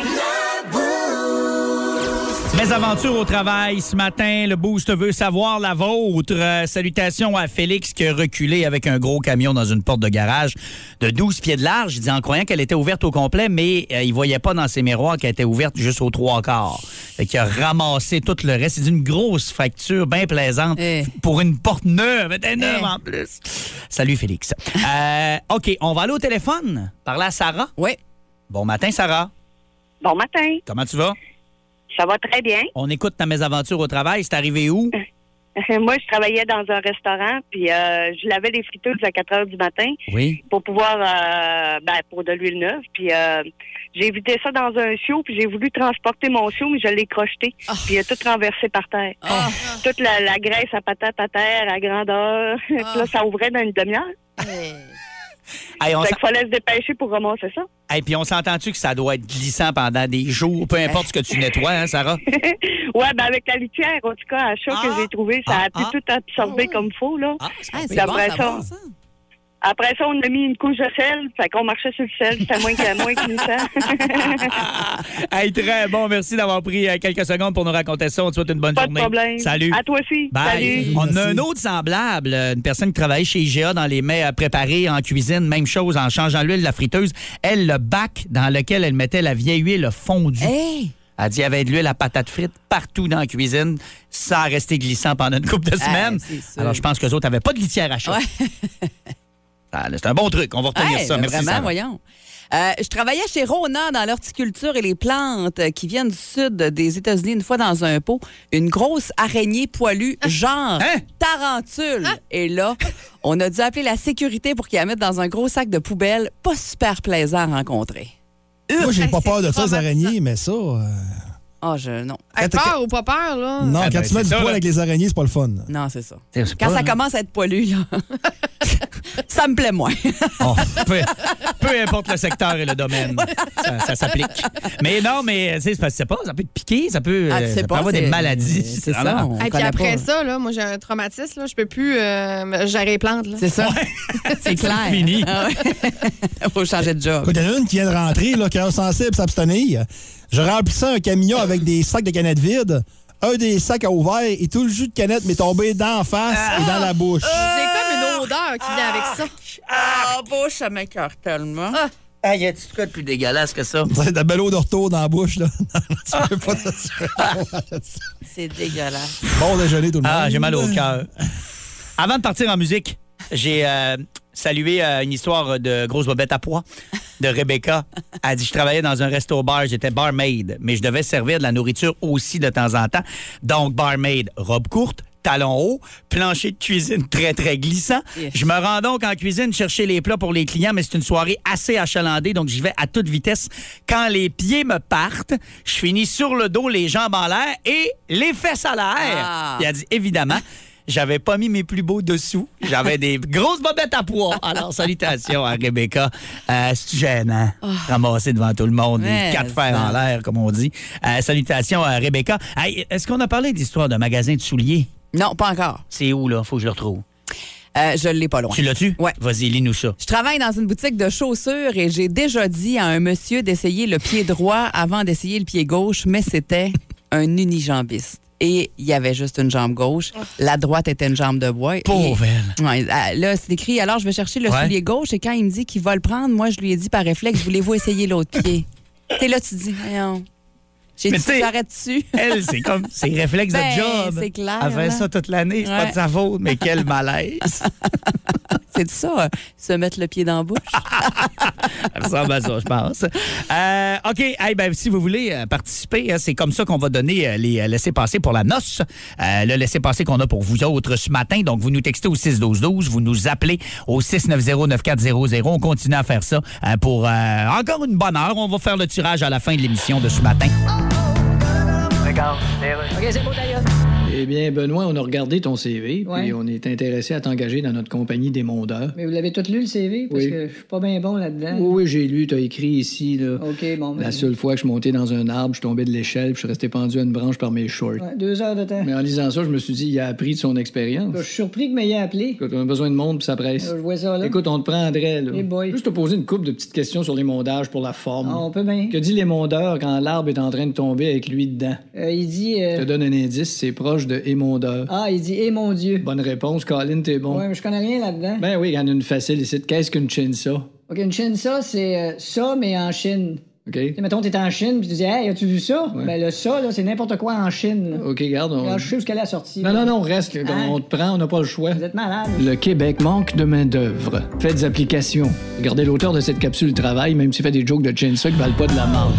Speaker 3: Mes aventures au travail ce matin, le boost veut savoir la vôtre. Euh, salutations à Félix qui a reculé avec un gros camion dans une porte de garage de 12 pieds de large. Il dit en croyant qu'elle était ouverte au complet, mais euh, il voyait pas dans ses miroirs qu'elle était ouverte juste aux trois quarts. Fait qu'il a ramassé tout le reste. C'est une grosse facture bien plaisante
Speaker 4: Euh.
Speaker 3: pour une porte neuve. Elle était neuve en plus. Salut Félix. Euh, OK, on va aller au téléphone. Parler à Sarah.
Speaker 4: Oui.
Speaker 3: Bon matin, Sarah.
Speaker 13: Bon matin.
Speaker 3: Comment tu vas?
Speaker 13: Ça va très bien.
Speaker 3: On écoute ta mésaventure au travail. C'est arrivé où?
Speaker 13: Moi, je travaillais dans un restaurant, puis euh, je lavais les friteuses à 4 heures du matin
Speaker 3: Oui.
Speaker 13: pour pouvoir, euh, ben, pour de l'huile neuve. Puis euh, j'ai vidé ça dans un chiot, puis j'ai voulu transporter mon chiot, mais je l'ai crocheté.
Speaker 3: Ah.
Speaker 13: Puis il a tout renversé par terre. Toute la, la graisse à patate à terre, à grandeur.
Speaker 3: Ah.
Speaker 13: Puis là, ça ouvrait dans une demi-heure.
Speaker 3: Hey, on
Speaker 13: Fait
Speaker 3: s'en-
Speaker 13: qu'il fallait se dépêcher pour ramasser ça.
Speaker 3: Hey, puis on s'entend-tu que ça doit être glissant pendant des jours, peu importe ce que tu nettoies, hein, Sarah?
Speaker 13: Ouais, ben avec la litière, en tout cas, à chat que j'ai trouvé, ça a pu
Speaker 3: ah.
Speaker 13: tout absorber comme faut, là.
Speaker 3: pas
Speaker 13: Puis
Speaker 3: pire.
Speaker 13: après
Speaker 3: Ah, c'est
Speaker 13: ça,
Speaker 3: bon,
Speaker 13: Après ça, on a mis une couche de sel, fait qu'on marchait sur le sel, c'était moins que moins qu'une
Speaker 3: Hey, très bon. Merci d'avoir pris euh, quelques secondes pour nous raconter ça. On te souhaite une bonne
Speaker 13: Pas de
Speaker 3: journée.
Speaker 13: problème.
Speaker 3: Salut.
Speaker 13: À toi aussi.
Speaker 3: Bye.
Speaker 13: Salut.
Speaker 3: On a un autre semblable, euh, une personne qui travaillait chez IGA dans les mets euh, préparés en cuisine, même chose, en changeant l'huile de la friteuse. Elle, le bac dans lequel elle mettait la vieille huile a fondu.
Speaker 4: Eh
Speaker 3: Elle dit qu'il y avait de l'huile à patate frite partout dans la cuisine, sans rester glissant pendant une couple de
Speaker 4: Ah,
Speaker 3: semaines.
Speaker 4: c'est sûr.
Speaker 3: Alors, je pense que les autres n'avaient pas de litière à chaud. Ah, là, c'est un bon truc. On va retenir
Speaker 4: Hey,
Speaker 3: ça.
Speaker 4: ben
Speaker 3: Merci,
Speaker 4: vraiment,
Speaker 3: Sarah.
Speaker 4: voyons. Euh, je travaillais chez Rona dans l'horticulture et les plantes euh, qui viennent du sud des États-Unis une fois dans un pot. Une grosse araignée poilue,
Speaker 3: Ah.
Speaker 4: genre
Speaker 3: Hein?
Speaker 4: tarentule. Et là, on a dû appeler la sécurité pour qu'ils la mettent dans un gros sac de poubelle. Pas super plaisant à rencontrer.
Speaker 3: Euh,
Speaker 5: Moi, j'ai pas peur de ça, les araignées, mais ça. euh,
Speaker 4: Ah, je. Non.
Speaker 6: Hey, peur ou pas peur, là?
Speaker 5: Non, quand tu mets du poil avec les araignées, c'est pas le fun.
Speaker 4: Non, c'est ça.
Speaker 5: Quand
Speaker 4: Quand
Speaker 3: Ah.
Speaker 4: ça commence à être poilu, là, ça me plaît moins.
Speaker 3: Oh, peu, peu importe le secteur et le domaine, ça, ça s'applique. Mais non, mais tu sais, c'est parce que c'est pas, ça peut te piquer, ça peut,
Speaker 4: Ah, tu
Speaker 3: euh,
Speaker 4: sais
Speaker 3: ça peut
Speaker 4: pas,
Speaker 3: avoir des
Speaker 4: c'est-
Speaker 3: maladies.
Speaker 4: c'est
Speaker 3: Ah, non.
Speaker 4: ça, on
Speaker 6: Et puis après ça, là, moi j'ai un traumatisme, là, je peux plus euh, gérer les plantes. là.
Speaker 4: C'est ça.
Speaker 6: C'est
Speaker 4: clair. Ah
Speaker 3: Fini.
Speaker 4: Faut changer de job.
Speaker 5: Écoute, il y en a une qui vient de rentrer, là, qui est sensible, s'abstenir. Je remplissais un camion avec des sacs de canettes vides. Un des sacs a ouvert et tout le jus de canette m'est tombé d'en face et dans la bouche.
Speaker 3: Ah.
Speaker 6: J'ai comme une odeur qui vient avec ça.
Speaker 4: Ah, bouche, ça m'écœure tellement.
Speaker 3: Ah, y a-tu de quoi de plus dégueulasse que ça?
Speaker 5: C'est de la belle eau de retour dans la bouche, là. tu peux pas
Speaker 3: Ah.
Speaker 5: te faire.
Speaker 4: C'est dégueulasse.
Speaker 5: Bon déjeuner, tout le monde.
Speaker 3: Ah, j'ai mal au cœur. Avant de partir en musique, j'ai euh, salué euh, une histoire de grosse bobette à pois de Rebecca. Elle dit Je travaillais dans un resto-bar, j'étais barmaid, mais je devais servir de la nourriture aussi de temps en temps. Donc, barmaid, robe courte, talons hauts, plancher de cuisine très, très glissant.
Speaker 11: Yeah.
Speaker 3: Je me rends donc en cuisine chercher les plats pour les clients, mais c'est une soirée assez achalandée, donc j'y vais à toute vitesse. Quand les pieds me partent, je finis sur le dos, les jambes en l'air et les fesses à l'air.
Speaker 11: Ah.
Speaker 3: Il a dit évidemment, j'avais pas mis mes plus beaux dessous. J'avais des grosses bobettes à poids. Alors, salutations à Rebecca. Euh, c'est gênant,
Speaker 4: Ah.
Speaker 3: ramasser devant tout le monde, les
Speaker 11: Mais
Speaker 3: quatre fers en l'air, comme on dit. Euh, salutations à Rebecca. Hey, Est-ce qu'on a parlé de l'histoire d'un magasin de souliers?
Speaker 4: Non, pas encore.
Speaker 3: C'est où, là? Faut que je le retrouve.
Speaker 4: Euh, je l'ai pas loin.
Speaker 3: Tu l'as-tu?
Speaker 4: Ouais.
Speaker 3: Vas-y, lis-nous ça.
Speaker 4: Je travaille dans une boutique de chaussures et j'ai déjà dit à un monsieur d'essayer le pied droit avant d'essayer le pied gauche, mais c'était un unijambiste. Et il y avait juste une jambe gauche. La droite était une jambe de bois.
Speaker 3: Pauvre
Speaker 4: Et- Ouais, euh, là, c'est écrit, alors je vais chercher le
Speaker 3: Ouais.
Speaker 4: soulier gauche et quand il me dit qu'il va le prendre, moi, je lui ai dit par réflexe, voulez-vous essayer l'autre pied? T'es là, tu dis, voyons. J'ai
Speaker 3: Mais
Speaker 4: dit,
Speaker 3: tu sais,
Speaker 4: j'arrête dessus.
Speaker 3: Elle, c'est comme ses réflexes
Speaker 4: Ben,
Speaker 3: de job.
Speaker 4: c'est clair,
Speaker 3: Elle fait
Speaker 4: là.
Speaker 3: ça toute l'année, c'est pas
Speaker 4: Ouais.
Speaker 3: de sa faute, mais quel malaise.
Speaker 4: C'est ça, euh, se mettre le pied dans la bouche.
Speaker 3: Ça ressemble à ça, je pense. Euh, OK. Hey, ben, si vous voulez euh, participer, hein, c'est comme ça qu'on va donner euh, les laissés-passer pour la noce. Euh, le laissez-passer qu'on a pour vous autres ce matin. Donc, vous nous textez au 6-12-12, vous nous appelez au 690-9400. On continue à faire ça euh, pour euh, encore une bonne heure. On va faire le tirage à la fin de l'émission de ce matin.
Speaker 11: OK, c'est bon, d'ailleurs.
Speaker 7: Eh bien, Benoît, on a regardé ton CV, puis
Speaker 8: Ouais.
Speaker 7: on est intéressé à t'engager dans notre compagnie des mondeurs.
Speaker 8: Mais vous l'avez tout lu, le CV? Parce
Speaker 7: Oui.
Speaker 8: que je suis pas bien bon là-dedans.
Speaker 7: Oui, oui, j'ai lu, t'as écrit ici, là.
Speaker 8: OK, bon. ben,
Speaker 7: La seule fois que je suis monté dans un arbre, je suis tombé de l'échelle, puis je suis resté pendu à une branche par mes shorts.
Speaker 8: ouais, deux heures de temps.
Speaker 7: Mais en lisant ça, je me suis dit, il a appris de son expérience.
Speaker 8: Je suis surpris que vous m'ayez appelé.
Speaker 7: Écoute, on a besoin de monde, puis ça presse.
Speaker 8: Euh, Je vois ça, là.
Speaker 7: Écoute, on te prendrait, là.
Speaker 8: Eh boy.
Speaker 7: Juste te poser une couple de petites questions sur les mondages pour la forme.
Speaker 8: Ah, on peut bien.
Speaker 7: Que dit l'émondeur quand l'arbre est en train de tomber avec lui dedans?
Speaker 8: Euh, il dit... euh,
Speaker 7: Je te donne un indice, c'est proche de émondeur.
Speaker 8: Ah, il dit, eh mon Dieu.
Speaker 7: Bonne réponse, Colin, t'es bon.
Speaker 8: Ouais, mais je connais rien là-dedans.
Speaker 7: Ben oui, il y en a une facile ici. Qu'est-ce qu'une chinsa?
Speaker 8: OK, une Chine, ça, c'est euh, ça, mais en Chine.
Speaker 7: OK?
Speaker 8: Tu sais, mettons, t'es en Chine, puis tu dis, hey, as-tu vu ça?
Speaker 7: Ouais.
Speaker 8: Ben, le ça, là, c'est n'importe quoi en Chine. là.
Speaker 7: OK, garde. on-
Speaker 8: Alors, je sais où qu'elle est sortie.
Speaker 7: Non, non, non, reste. là,
Speaker 8: Hein?
Speaker 7: On te prend, on n'a pas le choix.
Speaker 8: Vous êtes malade.
Speaker 7: Le Québec manque de main-d'œuvre. Faites application. Regardez l'auteur de cette capsule travail, même s'il fait des jokes de chinsa qui valent pas de la marde.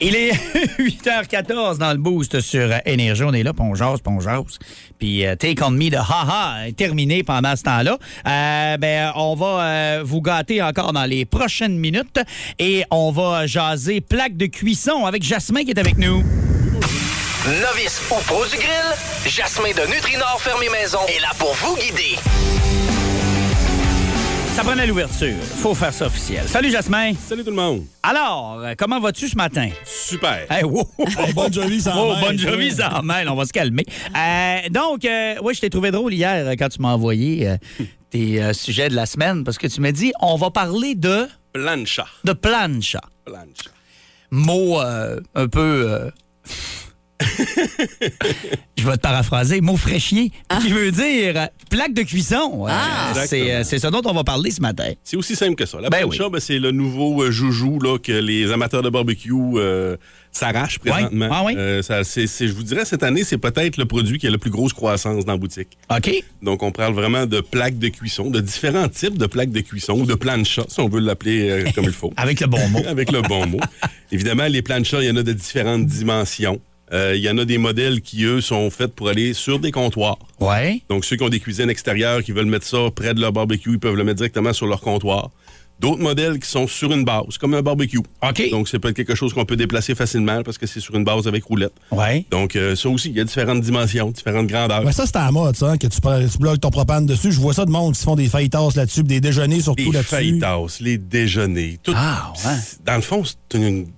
Speaker 3: Il est 8h14 dans le boost sur euh, Énergie. On est là, puis on jase, puis on jase. Puis euh, Take On Me de Haha est terminé pendant ce temps-là. Euh, ben, on va euh, vous gâter encore dans les prochaines minutes et on va jaser plaque de cuisson avec Jasmin qui est avec nous.
Speaker 1: Novice ou pro du grill, Jasmin de Nutrinor Fermé Maison est là pour vous guider.
Speaker 3: Ça prenait l'ouverture. Faut faire ça officiel. Salut Jasmin.
Speaker 14: Salut tout le monde.
Speaker 3: Alors, euh, comment vas-tu ce matin?
Speaker 14: Super.
Speaker 3: Hey, wow.
Speaker 5: Bon Jovi s'en
Speaker 3: Oh,
Speaker 5: mêle.
Speaker 3: Bon Jovi s'en mêle. On va se calmer. Euh, donc, oui, je t'ai trouvé drôle hier euh, quand tu m'as envoyé euh, tes euh, sujets de la semaine parce que tu m'as dit on va parler de.
Speaker 14: Plancha.
Speaker 3: De plancha.
Speaker 14: Plancha.
Speaker 3: Mot euh, un peu. euh, je vais te paraphraser, mot fraîchier, qui veut dire euh, plaque de cuisson. Euh,
Speaker 14: Ah!
Speaker 3: c'est euh, c'est ce dont on va parler ce matin.
Speaker 14: C'est aussi simple que ça. La
Speaker 3: Ben
Speaker 14: plancha, ben, c'est le nouveau euh, joujou là, que les amateurs de barbecue euh, s'arrachent présentement.
Speaker 3: Ah oui?
Speaker 14: Euh, ça, c'est- c'est- je vous dirais, cette année, c'est peut-être le produit qui a la plus grosse croissance dans la boutique.
Speaker 3: OK.
Speaker 14: Donc, on parle vraiment de plaques de cuisson, de différents types de plaques de cuisson ou de plancha, si on veut l'appeler euh, comme il faut.
Speaker 3: Avec le bon mot.
Speaker 14: Avec le bon mot. Évidemment, les planchas, il y en a de différentes dimensions. Euh, Il y en a des modèles qui, eux, sont faits pour aller sur des comptoirs.
Speaker 3: Ouais.
Speaker 14: Donc, ceux qui ont des cuisines extérieures, qui veulent mettre ça près de leur barbecue, ils peuvent le mettre directement sur leur comptoir. D'autres modèles qui sont sur une base, comme un barbecue. Donc, c'est peut-être quelque chose qu'on peut déplacer facilement parce que c'est sur une base avec roulette.
Speaker 3: Ouais.
Speaker 14: Donc, euh, ça aussi, il y a différentes dimensions, différentes grandeurs.
Speaker 5: Ouais, ça, c'est en mode, ça, hein, que tu, pre- tu bloques ton propane dessus. Je vois ça de monde qui se font des fajitas là-dessus, puis des déjeuners surtout
Speaker 14: les
Speaker 5: là-dessus.
Speaker 14: fajitas, les déjeuners. Tout,
Speaker 3: Ah,
Speaker 14: c'est- Dans le fond, c'est une-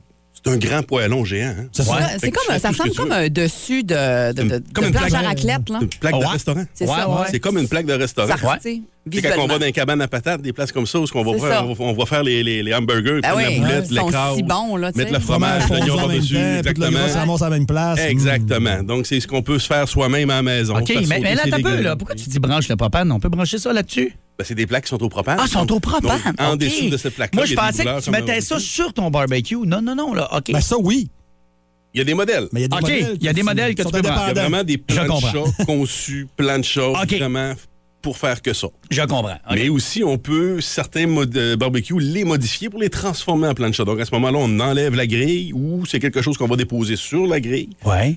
Speaker 14: c'est un grand poêlon géant. hein.
Speaker 4: C'est
Speaker 14: Fait
Speaker 4: ça.
Speaker 14: que
Speaker 4: C'est
Speaker 14: tu
Speaker 4: comme,
Speaker 14: fais
Speaker 4: ça
Speaker 14: tout ce que
Speaker 4: ressemble
Speaker 14: tu
Speaker 4: comme
Speaker 14: veux.
Speaker 4: un dessus de, de, de,
Speaker 14: comme
Speaker 4: de
Speaker 14: une
Speaker 4: planche
Speaker 14: plaque-
Speaker 4: à raclette. Là.
Speaker 14: Une plaque
Speaker 7: Ah,
Speaker 14: de
Speaker 3: Oh,
Speaker 4: Ouais.
Speaker 14: restaurant.
Speaker 4: C'est ça, ouais.
Speaker 14: C'est comme une plaque de restaurant.
Speaker 4: Ça ressemble, tu sais,
Speaker 14: C'est quand on va
Speaker 4: visuellement.
Speaker 14: dans une cabane à patates, des places comme ça, où ce qu'on va
Speaker 4: C'est
Speaker 14: faire,
Speaker 4: ça.
Speaker 14: on va, on va faire les, les, les hamburgers, prendre
Speaker 4: oui,
Speaker 14: la boulette,
Speaker 4: Ben ils sont
Speaker 14: l'écrase,
Speaker 4: si bons, là, tu
Speaker 14: mettre
Speaker 4: sais.
Speaker 14: le fromage,
Speaker 5: Fromage
Speaker 14: l'oignon
Speaker 5: fondu en même
Speaker 14: par-dessus,
Speaker 5: temps, puis de l'oignon
Speaker 14: exactement.
Speaker 5: s'amasse à la même place. Hmm.
Speaker 14: Exactement. Donc, c'est ce qu'on peut se faire soi-même à la maison.
Speaker 3: OK,
Speaker 14: Faire
Speaker 3: mais,
Speaker 14: sauter
Speaker 3: mais là,
Speaker 14: ses
Speaker 3: t'as peu,
Speaker 14: légumes.
Speaker 3: là. Pourquoi tu dis branche le propane? On peut brancher ça là-dessus?
Speaker 14: Ben, c'est des plaques qui sont au propane.
Speaker 3: Ah, sont au propane.
Speaker 14: Donc, en
Speaker 3: OK.
Speaker 14: dessous de cette plaque
Speaker 3: Moi, je pensais que tu mettais ça sur ton barbecue. Non, non, non, là. OK.
Speaker 5: Mais Ben, ça, oui.
Speaker 14: Il Ah, y a Ben, des modèles.
Speaker 5: Mais il y a des
Speaker 3: OK,
Speaker 5: modèles
Speaker 3: il y a des
Speaker 5: qui
Speaker 3: modèles que
Speaker 5: sont
Speaker 3: tu peux prendre.
Speaker 14: Il y a vraiment des
Speaker 3: Je comprends.
Speaker 14: planchas conçus, planchas, vraiment pour faire que ça.
Speaker 3: Je comprends.
Speaker 14: Mais aussi, on peut, certains mod- euh, barbecues, les modifier pour les transformer en plancha. Donc, à ce moment-là, on enlève la grille ou c'est quelque chose qu'on va déposer sur la grille.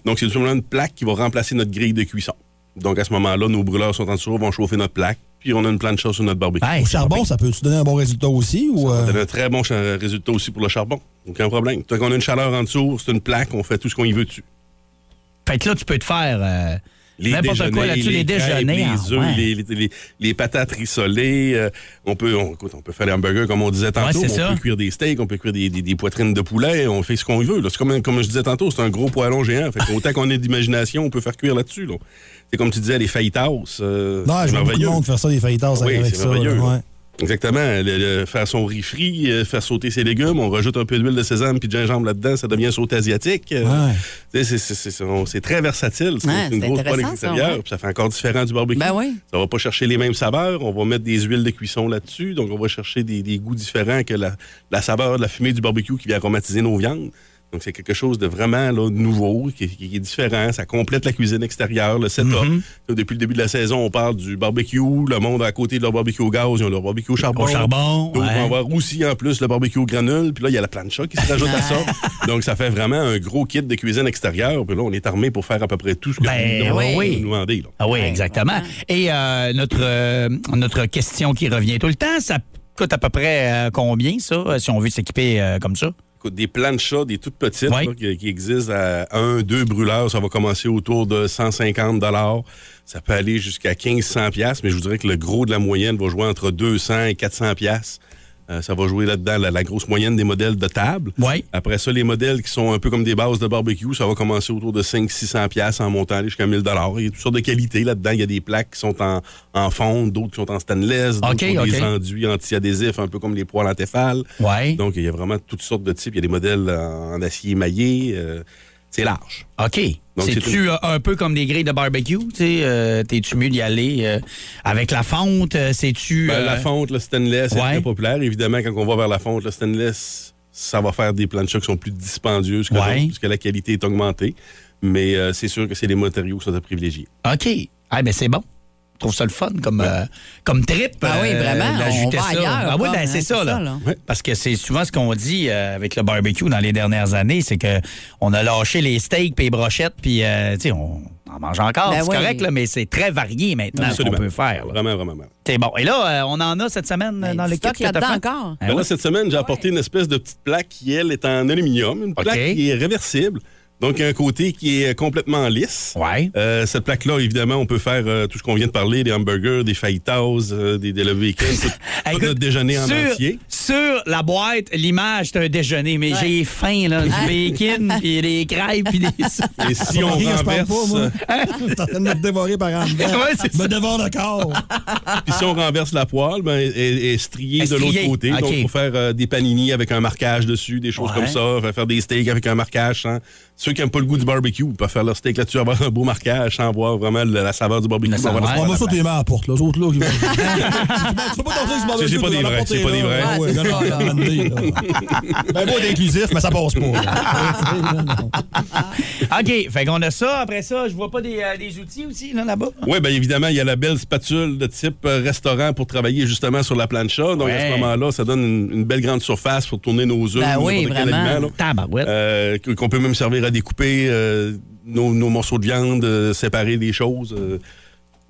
Speaker 14: Donc, c'est tout simplement une plaque qui va remplacer notre grille de cuisson. Donc, à ce moment-là, nos brûleurs sont en dessous, vont chauffer notre plaque, puis on a une plancha sur notre barbecue.
Speaker 5: Au charbon, ça peut-tu donner un bon résultat aussi? Ou, euh,
Speaker 14: Ça donne un très bon cha- résultat aussi pour le charbon. Aucun problème. Tant qu'on a une chaleur en dessous, c'est une plaque, on fait tout ce qu'on y veut dessus.
Speaker 3: Fait que là, tu peux te faire euh, n'importe quoi là-dessus, les,
Speaker 14: crêpes,
Speaker 3: déjeuners. ah,
Speaker 14: les œufs,
Speaker 3: ouais.
Speaker 14: les, les- les- les patates rissolées. euh, on, peut, on, écoute, on peut faire des hamburgers comme on disait tantôt.
Speaker 3: c'est
Speaker 14: on
Speaker 3: ça.
Speaker 14: peut cuire des steaks, on peut cuire des, des- des poitrines de poulet, on fait ce qu'on veut. là. C'est comme, comme je disais tantôt, c'est un gros poêlon géant. Fait qu'autant qu'on ait d'imagination, on peut faire cuire là-dessus. là. C'est comme tu disais, les fajitas. euh,
Speaker 5: Non,
Speaker 14: c'est
Speaker 5: je vois beaucoup de
Speaker 14: merveilleux. Ah
Speaker 5: monde faire ça, des fajitas
Speaker 14: Oui,
Speaker 5: avec
Speaker 14: c'est
Speaker 5: ça. là,
Speaker 14: merveilleux.
Speaker 5: ouais.
Speaker 14: Exactement. Le- le- faire son riz frit, euh, faire sauter ses légumes, on rajoute un peu d'huile de sésame puis de gingembre là-dedans, ça devient un saut asiatique. Euh, tu sais, c'est- c'est- c'est- on- C'est très versatile. C'est
Speaker 4: Ouais,
Speaker 14: une
Speaker 4: c'est
Speaker 14: grosse poêle
Speaker 4: intéressant, ça,
Speaker 14: extérieure,
Speaker 4: ouais.
Speaker 14: puis ça fait encore différent du barbecue.
Speaker 4: Ben oui.
Speaker 14: Ça va pas chercher les mêmes saveurs, on va mettre des huiles de cuisson là-dessus, donc on va chercher des, des goûts différents que la, la saveur de la fumée du barbecue qui vient aromatiser nos viandes. Donc c'est quelque chose de vraiment là, nouveau, qui, qui est différent, ça complète la cuisine extérieure, le setup.
Speaker 4: Mm-hmm.
Speaker 14: Là, Depuis le début de la saison, on parle du barbecue, le monde à côté de leur barbecue au gaz, ils ont leur barbecue au charbon.
Speaker 3: Au charbon,
Speaker 14: Donc,
Speaker 3: ouais.
Speaker 14: on va avoir aussi en plus le barbecue au granule, puis là, il y a la plancha qui se rajoute à ça. Donc, ça fait vraiment un gros kit de cuisine extérieure. Puis là, on est armé pour faire à peu près tout ce que
Speaker 3: Ben,
Speaker 14: vous nous,
Speaker 3: oui.
Speaker 14: vous nous demandez. là.
Speaker 3: Ah oui, exactement. Et euh, notre, euh, notre question qui revient tout le temps, ça coûte à peu près euh, combien, ça, euh, si on veut s'équiper euh, comme ça?
Speaker 14: écoute, des planchas, des toutes petites là, qui, qui existent à 1, 2 brûleurs. Ça va commencer autour de 150 Ça peut aller jusqu'à 1500 mais je vous dirais que le gros de la moyenne va jouer entre 200 et 400 euh, ça va jouer là-dedans la, la grosse moyenne des modèles de table. Après ça, les modèles qui sont un peu comme des bases de barbecue, ça va commencer autour de 500-600$ en montant aller jusqu'à 1000$. Il y a toutes sortes de qualités là-dedans. Il y a des plaques qui sont en, en fonte, d'autres qui sont en stainless, d'autres
Speaker 3: OK,
Speaker 14: qui ont des
Speaker 3: OK.
Speaker 14: enduits anti-adhésifs, un peu comme les poils antéphales. Donc, il y a vraiment toutes sortes de types. Il y a des modèles en, en acier émaillé. euh, c'est large.
Speaker 3: OK.
Speaker 14: Donc, c'est
Speaker 3: C'est-tu
Speaker 14: une-
Speaker 3: euh, un peu comme des grilles de barbecue? tu sais, euh, T'es-tu mieux d'y aller euh, avec la fonte? euh, C'est-tu.
Speaker 14: Ben,
Speaker 3: euh,
Speaker 14: La fonte, le stainless, c'est
Speaker 3: ouais.
Speaker 14: très populaire. Évidemment, quand on va vers la fonte, le stainless, ça va faire des planchas qui sont plus dispendieuses que
Speaker 3: Ouais.
Speaker 14: d'autres, puisque la qualité est augmentée. Mais euh, c'est sûr que c'est les matériaux qui sont à privilégier.
Speaker 3: OK. Ah, ben c'est bon. Je trouve ça le fun comme, euh, comme trip.
Speaker 14: Ah oui, vraiment, on
Speaker 3: d'ajouter
Speaker 14: va
Speaker 3: ça.
Speaker 14: ailleurs,
Speaker 3: Ah oui,
Speaker 14: comme,
Speaker 3: ben,
Speaker 14: hein,
Speaker 3: c'est ça,
Speaker 14: c'est
Speaker 3: là.
Speaker 14: ça, là.
Speaker 3: Parce que c'est souvent ce qu'on dit euh, avec le barbecue dans les dernières années, c'est que on a lâché les steaks puis les brochettes, puis euh, tu sais, on en mange encore.
Speaker 14: Ben
Speaker 3: c'est
Speaker 14: oui.
Speaker 3: correct, là, mais c'est très varié maintenant ce qu'on
Speaker 14: Absolument.
Speaker 3: peut faire. là.
Speaker 14: Vraiment, vraiment. vraiment.
Speaker 3: C'est bon. Et là, euh, on en a cette semaine euh, dans le kit
Speaker 4: stock
Speaker 3: que t'as
Speaker 4: là-dedans
Speaker 3: fait?
Speaker 4: encore.
Speaker 3: Ah
Speaker 14: Ben
Speaker 3: oui.
Speaker 14: là, cette semaine, j'ai apporté une espèce de petite plaque qui, elle, est en aluminium, une plaque qui est réversible. Donc, un côté qui est euh, complètement lisse. Euh, cette plaque-là, évidemment, on peut faire euh, tout ce qu'on vient de parler, des hamburgers, des fajitas, euh, des, des levés tout, tout notre déjeuner en
Speaker 3: sur,
Speaker 14: entier.
Speaker 3: sur la boîte, l'image, c'est un déjeuner, mais j'ai faim, là. Du bacon, puis des crêpes, puis des.
Speaker 14: Et si on renverse...
Speaker 5: T'es en train de me dévorer par en dedans.
Speaker 3: Ouais, c'est
Speaker 5: Me dévore le corps.
Speaker 14: Puis
Speaker 3: Ah.
Speaker 14: si on renverse la poêle, ben, elle- elle est striée de
Speaker 5: Estriée,
Speaker 14: l'autre côté.
Speaker 5: ok.
Speaker 14: Donc, il faut faire euh, des panini avec un marquage dessus, des choses
Speaker 5: Ouais.
Speaker 14: comme ça. Faire- Faire des steaks avec un marquage. sans- Ceux qui n'aiment pas le goût du barbecue peuvent faire leur steak là-dessus, avoir un beau marquage sans voir vraiment le- la saveur du
Speaker 3: ben,
Speaker 14: barbecue. sans avoir la
Speaker 5: On
Speaker 14: saveur
Speaker 5: va
Speaker 14: de
Speaker 5: ça,
Speaker 14: la
Speaker 5: t'es mains à la porte. là. Les autres, là, qui vont-
Speaker 14: C'est c'est pas des vrais, c'est pas des vrais.
Speaker 5: Ah ouais, non, non, non, non, non, non. Ben, moi, d'inclusif, mais ça passe pas.
Speaker 3: OK, fait qu'on a ça. Après ça, je vois pas des, euh, des outils aussi, là, là-bas.
Speaker 14: Oui, bien ben, évidemment, il y a la belle spatule de type euh, restaurant pour travailler justement sur la plancha. Donc, à
Speaker 3: Ouais.
Speaker 14: ce moment-là, ça donne une, une belle grande surface pour tourner nos œufs.
Speaker 3: Ben
Speaker 14: ou
Speaker 3: oui,
Speaker 14: n'importe quel
Speaker 3: vraiment.
Speaker 14: aliment, là. Euh, que- Qu'on peut même servir à découper euh, nos, nos morceaux de viande, euh, séparer des choses. euh,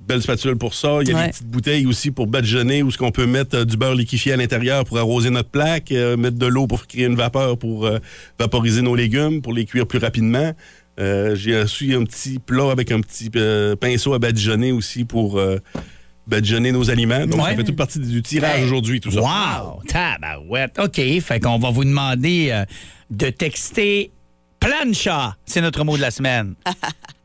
Speaker 14: belle spatule pour ça. Il y a
Speaker 5: Ouais.
Speaker 14: des petites bouteilles aussi pour badigeonner où ce qu'on peut mettre euh, du beurre liquéfié à l'intérieur pour arroser notre plaque, euh, mettre de l'eau pour créer une vapeur pour euh, vaporiser nos légumes, pour les cuire plus rapidement. Euh, J'ai aussi un petit plat avec un petit euh, pinceau à badigeonner aussi pour euh, badigeonner nos aliments. Donc, ça fait toute partie du tirage aujourd'hui, tout ça.
Speaker 3: Ben, Wow! Tabarouette! OK, fait qu'on va vous demander euh, de texter plancha, c'est notre mot de la semaine,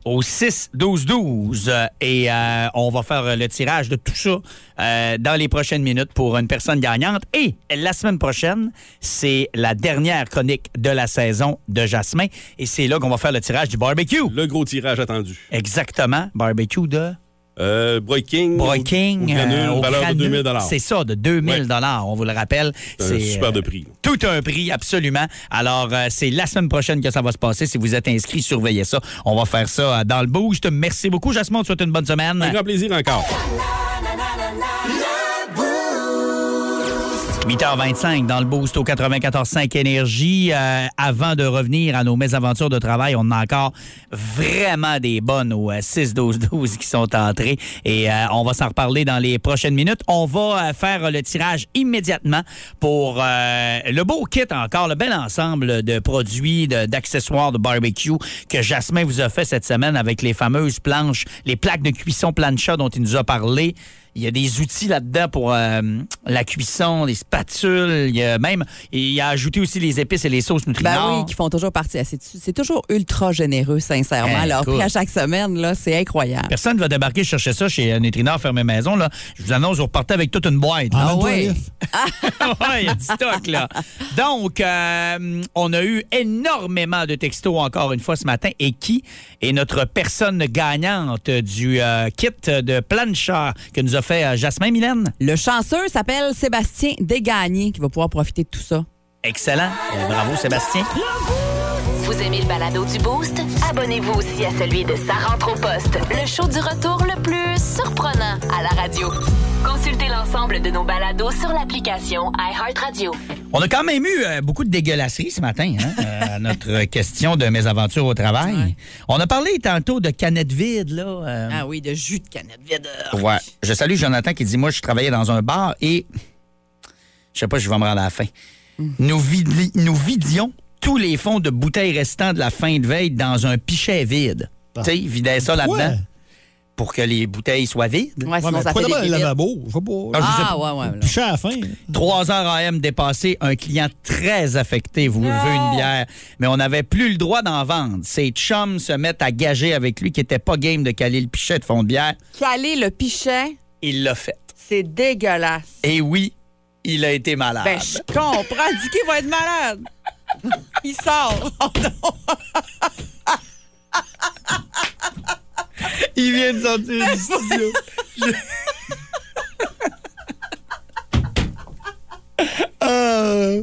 Speaker 3: au 6-12-12. euh, Et euh, on va faire le tirage de tout ça euh, dans les prochaines minutes pour une personne gagnante. Et la semaine prochaine, c'est la dernière chronique de la saison de Jasmin. Et c'est là qu'on va faire le tirage du barbecue.
Speaker 14: Le gros tirage attendu.
Speaker 3: Exactement. Barbecue de...
Speaker 14: Euh, Broiking.
Speaker 3: Breaking,
Speaker 14: au granule,
Speaker 3: euh, au
Speaker 14: valeur de
Speaker 3: granule.
Speaker 14: 2000
Speaker 3: C'est ça, de 2000
Speaker 14: Ouais.
Speaker 3: dollars. On vous le rappelle.
Speaker 14: C'est un
Speaker 3: euh,
Speaker 14: super de prix.
Speaker 3: Tout un prix, absolument. Alors, euh, c'est la semaine prochaine que ça va se passer. Si vous êtes inscrit, surveillez ça. On va faire ça euh, dans le boost. Merci beaucoup, Jasmine. On te souhaite une bonne semaine. Un
Speaker 14: grand plaisir encore.
Speaker 3: 8h25 dans le boost au 94.5 Énergie. Euh, avant de revenir à nos mésaventures de travail, on a encore vraiment des bonnes au euh, 6-12-12 qui sont entrées et euh, on va s'en reparler dans les prochaines minutes. On va euh, faire le tirage immédiatement pour euh, le beau kit encore, le bel ensemble de produits, de- d'accessoires de barbecue que Jasmin vous a fait cette semaine avec les fameuses planches, les plaques de cuisson plancha dont il nous a parlé. Il y a des outils là-dedans pour euh, la cuisson, des spatules. Il y a même, il a ajouté aussi les épices et les sauces
Speaker 4: Ben
Speaker 3: nutriments.
Speaker 4: oui, qui font toujours partie. Ah, C'est c'est toujours ultra généreux, sincèrement.
Speaker 3: Eh,
Speaker 4: Alors,
Speaker 3: écoute.
Speaker 4: puis à chaque semaine, là, c'est incroyable.
Speaker 3: Personne ne va débarquer chercher ça chez un Nutrinor fermé maison. Là. Je vous annonce, vous repartez avec toute une boîte.
Speaker 4: Ah Emmène-toi ouais. un livre.
Speaker 3: Ouais, il y a du stock, là. Donc, euh, on a eu énormément de textos encore une fois ce matin. Et qui est notre personne gagnante du euh, kit de plancha que nous a fait euh, Jasmin Mylène?
Speaker 4: Le chanceux s'appelle Sébastien Desgagnés, qui va pouvoir profiter de tout ça.
Speaker 3: Excellent. Euh, bravo, Sébastien.
Speaker 2: Vous aimez le balado du Boost? Abonnez-vous aussi à celui de Sa rentre au poste, le show du retour le plus surprenant à la radio. Consultez l'ensemble de nos balados sur l'application iHeartRadio.
Speaker 3: On a quand même eu euh, beaucoup de dégueulasseries ce matin hein, euh, à notre question de mes aventures au travail. On a parlé tantôt de canettes vides. Là, euh,
Speaker 4: Ah oui, de jus de canette vide.
Speaker 3: Ouais. Je salue Jonathan qui dit Moi, je travaillais dans un bar et. Je sais pas, je vais me rendre à la fin. Nous, vidi- nous vidions tous les fonds de bouteilles restants de la fin de veille dans un pichet vide. Tu sais, ils vidaient ça
Speaker 5: Pourquoi?
Speaker 3: là-dedans pour que les bouteilles soient vides.
Speaker 5: Ouais, sinon, mais ça pourquoi fait d'abord des le bibittes. lavabo?
Speaker 3: je
Speaker 5: Je sais pas.
Speaker 3: sais pas.
Speaker 5: Ah, ouais, ouais, là. Pichet à la fin.
Speaker 3: 3 heures AM dépassées, un client très affecté vous veut une bière, mais on n'avait plus le droit d'en vendre. Ses chums se mettent à gager avec lui qui n'était pas game de caler le pichet de fond de bière.
Speaker 4: Caler le pichet,
Speaker 3: Il l'a fait.
Speaker 4: c'est dégueulasse.
Speaker 3: Et oui, il a été malade.
Speaker 4: Ben, je comprends. Dicky va être malade. Il sort. Oh non.
Speaker 3: Il vient de
Speaker 4: Ben,
Speaker 3: sortir
Speaker 11: du studio.
Speaker 3: Euh,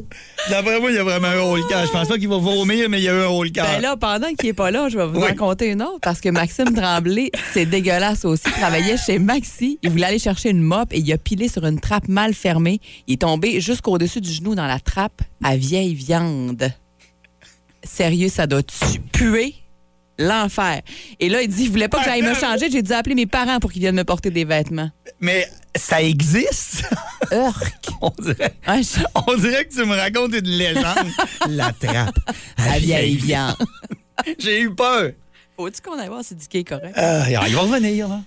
Speaker 3: D'après moi, il y a vraiment un haut le camp. Je pense pas qu'il va vomir, mais il y a eu un haut le camp.
Speaker 4: Ben là, pendant qu'il est pas là, je vais vous
Speaker 3: Ah. Oui.
Speaker 4: en conter une autre parce que Maxime Tremblay, c'est dégueulasse aussi. Il travaillait chez Maxi. Il voulait aller chercher une mop et il a pilé sur une trappe mal fermée. Il est tombé jusqu'au-dessus du genou dans la trappe à vieille viande. Sérieux, ça doit tu- puer l'enfer. Et là, il dit, il voulait pas que j'aille me changer. J'ai dû appeler mes parents pour qu'ils viennent me porter des vêtements.
Speaker 3: Mais ça existe? On dirait, on dirait que tu me racontes une légende. la trappe.
Speaker 4: La vieille viande.
Speaker 3: J'ai eu peur.
Speaker 4: Faut-tu qu'on aille voir si Dicky est correct?
Speaker 3: Euh, il va revenir, là.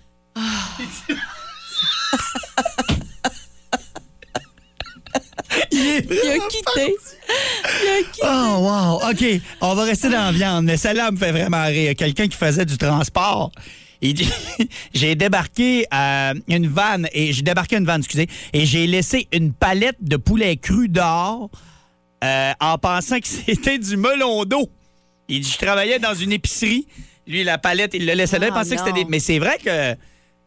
Speaker 3: Il,
Speaker 4: a quitté.
Speaker 3: Oh, wow. OK. On va rester dans la viande, mais celle-là me fait vraiment rire. Quelqu'un qui faisait du transport. Il dit J'ai débarqué euh, une vanne, et j'ai débarqué une vanne, excusez, et j'ai laissé une palette de poulet cru dehors euh, en pensant que c'était du melon d'eau. Il dit Je travaillais dans une épicerie. Lui, la palette, il le laissait là. Il
Speaker 4: Ah,
Speaker 3: pensait que
Speaker 4: non.
Speaker 3: c'était des. Mais c'est vrai que.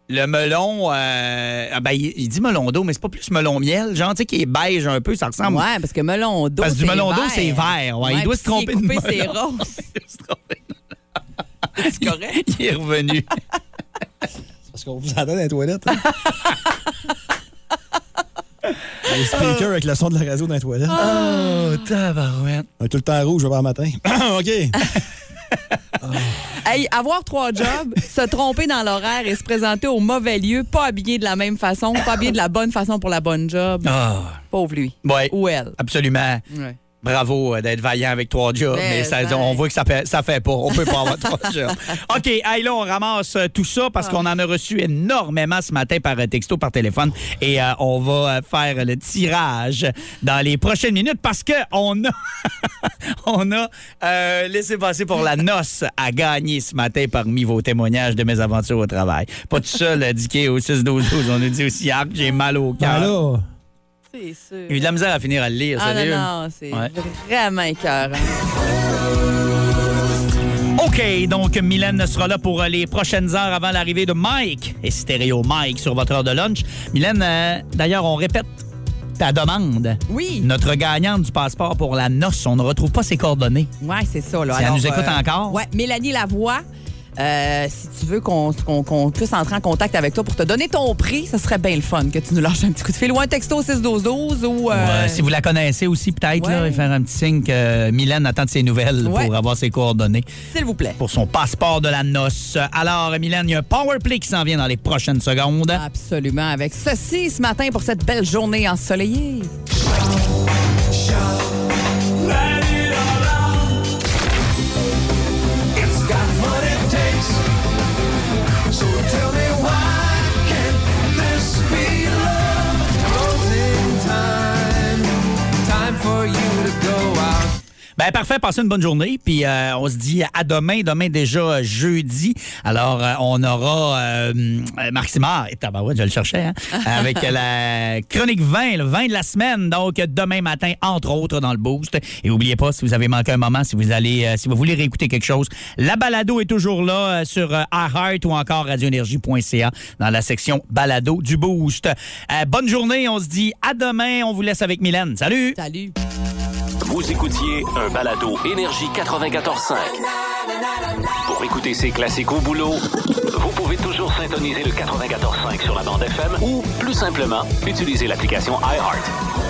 Speaker 3: Le melon, euh, ah ben, il il dit melon d'eau, mais c'est pas plus melon miel, genre, tu sais, qui est beige un peu, ça ressemble.
Speaker 4: Ouais, parce que melon d'eau.
Speaker 3: Ah, Parce que du
Speaker 4: c'est
Speaker 3: melon d'eau,
Speaker 4: vert.
Speaker 3: c'est vert. Ouais, il doit
Speaker 4: puis s'il est
Speaker 3: se tromper de
Speaker 4: coupé, c'est
Speaker 3: melon.
Speaker 4: rose.
Speaker 3: Il est revenu.
Speaker 5: Parce qu'on vous entend dans les toilettes. hein. Les speakers avec le son de la radio dans les toilettes.
Speaker 3: Oh, tabarouette.
Speaker 5: On est tout le temps rouge avant matin. OK.
Speaker 3: Ah.
Speaker 4: Hey, avoir trois jobs, se tromper dans l'horaire et se présenter au mauvais lieu, pas habillé de la même façon, pas habillé de la bonne façon pour la bonne job.
Speaker 3: Ah.
Speaker 4: Pauvre lui.
Speaker 3: Ouais.
Speaker 4: Ou elle.
Speaker 3: Absolument.
Speaker 4: Ouais.
Speaker 3: Bravo euh, d'être vaillant avec trois jobs, mais,
Speaker 4: Mais ben.
Speaker 3: ça-
Speaker 4: ouais.
Speaker 3: on voit que ça fait, ça fait pas. On peut pas avoir trois jobs. OK, hey, là, on ramasse euh, tout ça
Speaker 4: Ah.
Speaker 3: parce qu'on en a reçu énormément ce matin par euh, texto, par téléphone. Et euh, on va euh, faire le tirage dans les prochaines minutes parce qu'on a, on a euh, laissé passer pour la noce à gagner ce matin parmi vos témoignages de mes aventures au travail. Pas tout seul, euh, Dicky, au 6-12-12. On nous dit aussi, Arc, j'ai mal au
Speaker 5: Ben
Speaker 3: cœur.
Speaker 4: C'est sûr.
Speaker 3: Il y a eu de la misère à finir à le lire,
Speaker 4: Ah
Speaker 3: sérieux.
Speaker 4: non, non, c'est
Speaker 3: Ouais.
Speaker 4: vraiment écœurant.
Speaker 3: OK, donc Mylène sera là pour euh, les prochaines heures avant l'arrivée de Mike et Stéréo Mike sur votre heure de lunch. Mylène, euh, d'ailleurs, on répète ta demande.
Speaker 4: Oui.
Speaker 3: Notre gagnante du passeport pour la noce, on ne retrouve pas ses coordonnées.
Speaker 4: Ouais, c'est ça. Là. euh,
Speaker 3: Si elle nous écoute encore.
Speaker 4: Ouais, Mélanie Lavoie. euh, si tu veux qu'on qu'on- qu'on puisse entrer en contact avec toi pour te donner ton prix, ça serait bien le fun que tu nous lâches un petit coup de fil ou un texto 61212 ou... euh,
Speaker 3: Euh, si vous la connaissez aussi, peut-être, là, faire un petit signe que Mylène attend de ses nouvelles
Speaker 4: Ouais.
Speaker 3: pour avoir ses coordonnées.
Speaker 4: S'il vous plaît.
Speaker 3: Pour son passeport de la noce. Alors, Mylène, il y a un power play qui s'en vient dans les prochaines secondes.
Speaker 4: Absolument, avec ceci ce matin pour cette belle journée ensoleillée.
Speaker 3: Ben parfait, passez une bonne journée. Puis euh, on se dit à demain. Demain déjà euh, jeudi. Alors euh, on aura euh, hum, euh, Marc Simard. Et tabarouette, je le cherchais. hein, avec la chronique 20, le 20 de la semaine. Donc demain matin, entre autres, dans le boost. Et n'oubliez pas, si vous avez manqué un moment, si vous allez, euh, si vous voulez réécouter quelque chose, la balado est toujours là euh, sur euh, iHeart ou encore radioénergie.ca dans la section balado du boost. Euh, bonne journée. On se dit à demain. On vous laisse avec Mylène. Salut.
Speaker 4: Salut.
Speaker 1: Vous écoutiez un balado Énergie 94.5. Pour écouter ces classiques au boulot, vous pouvez toujours syntoniser le 94.5 sur la bande FM ou, plus simplement, utiliser l'application iHeart.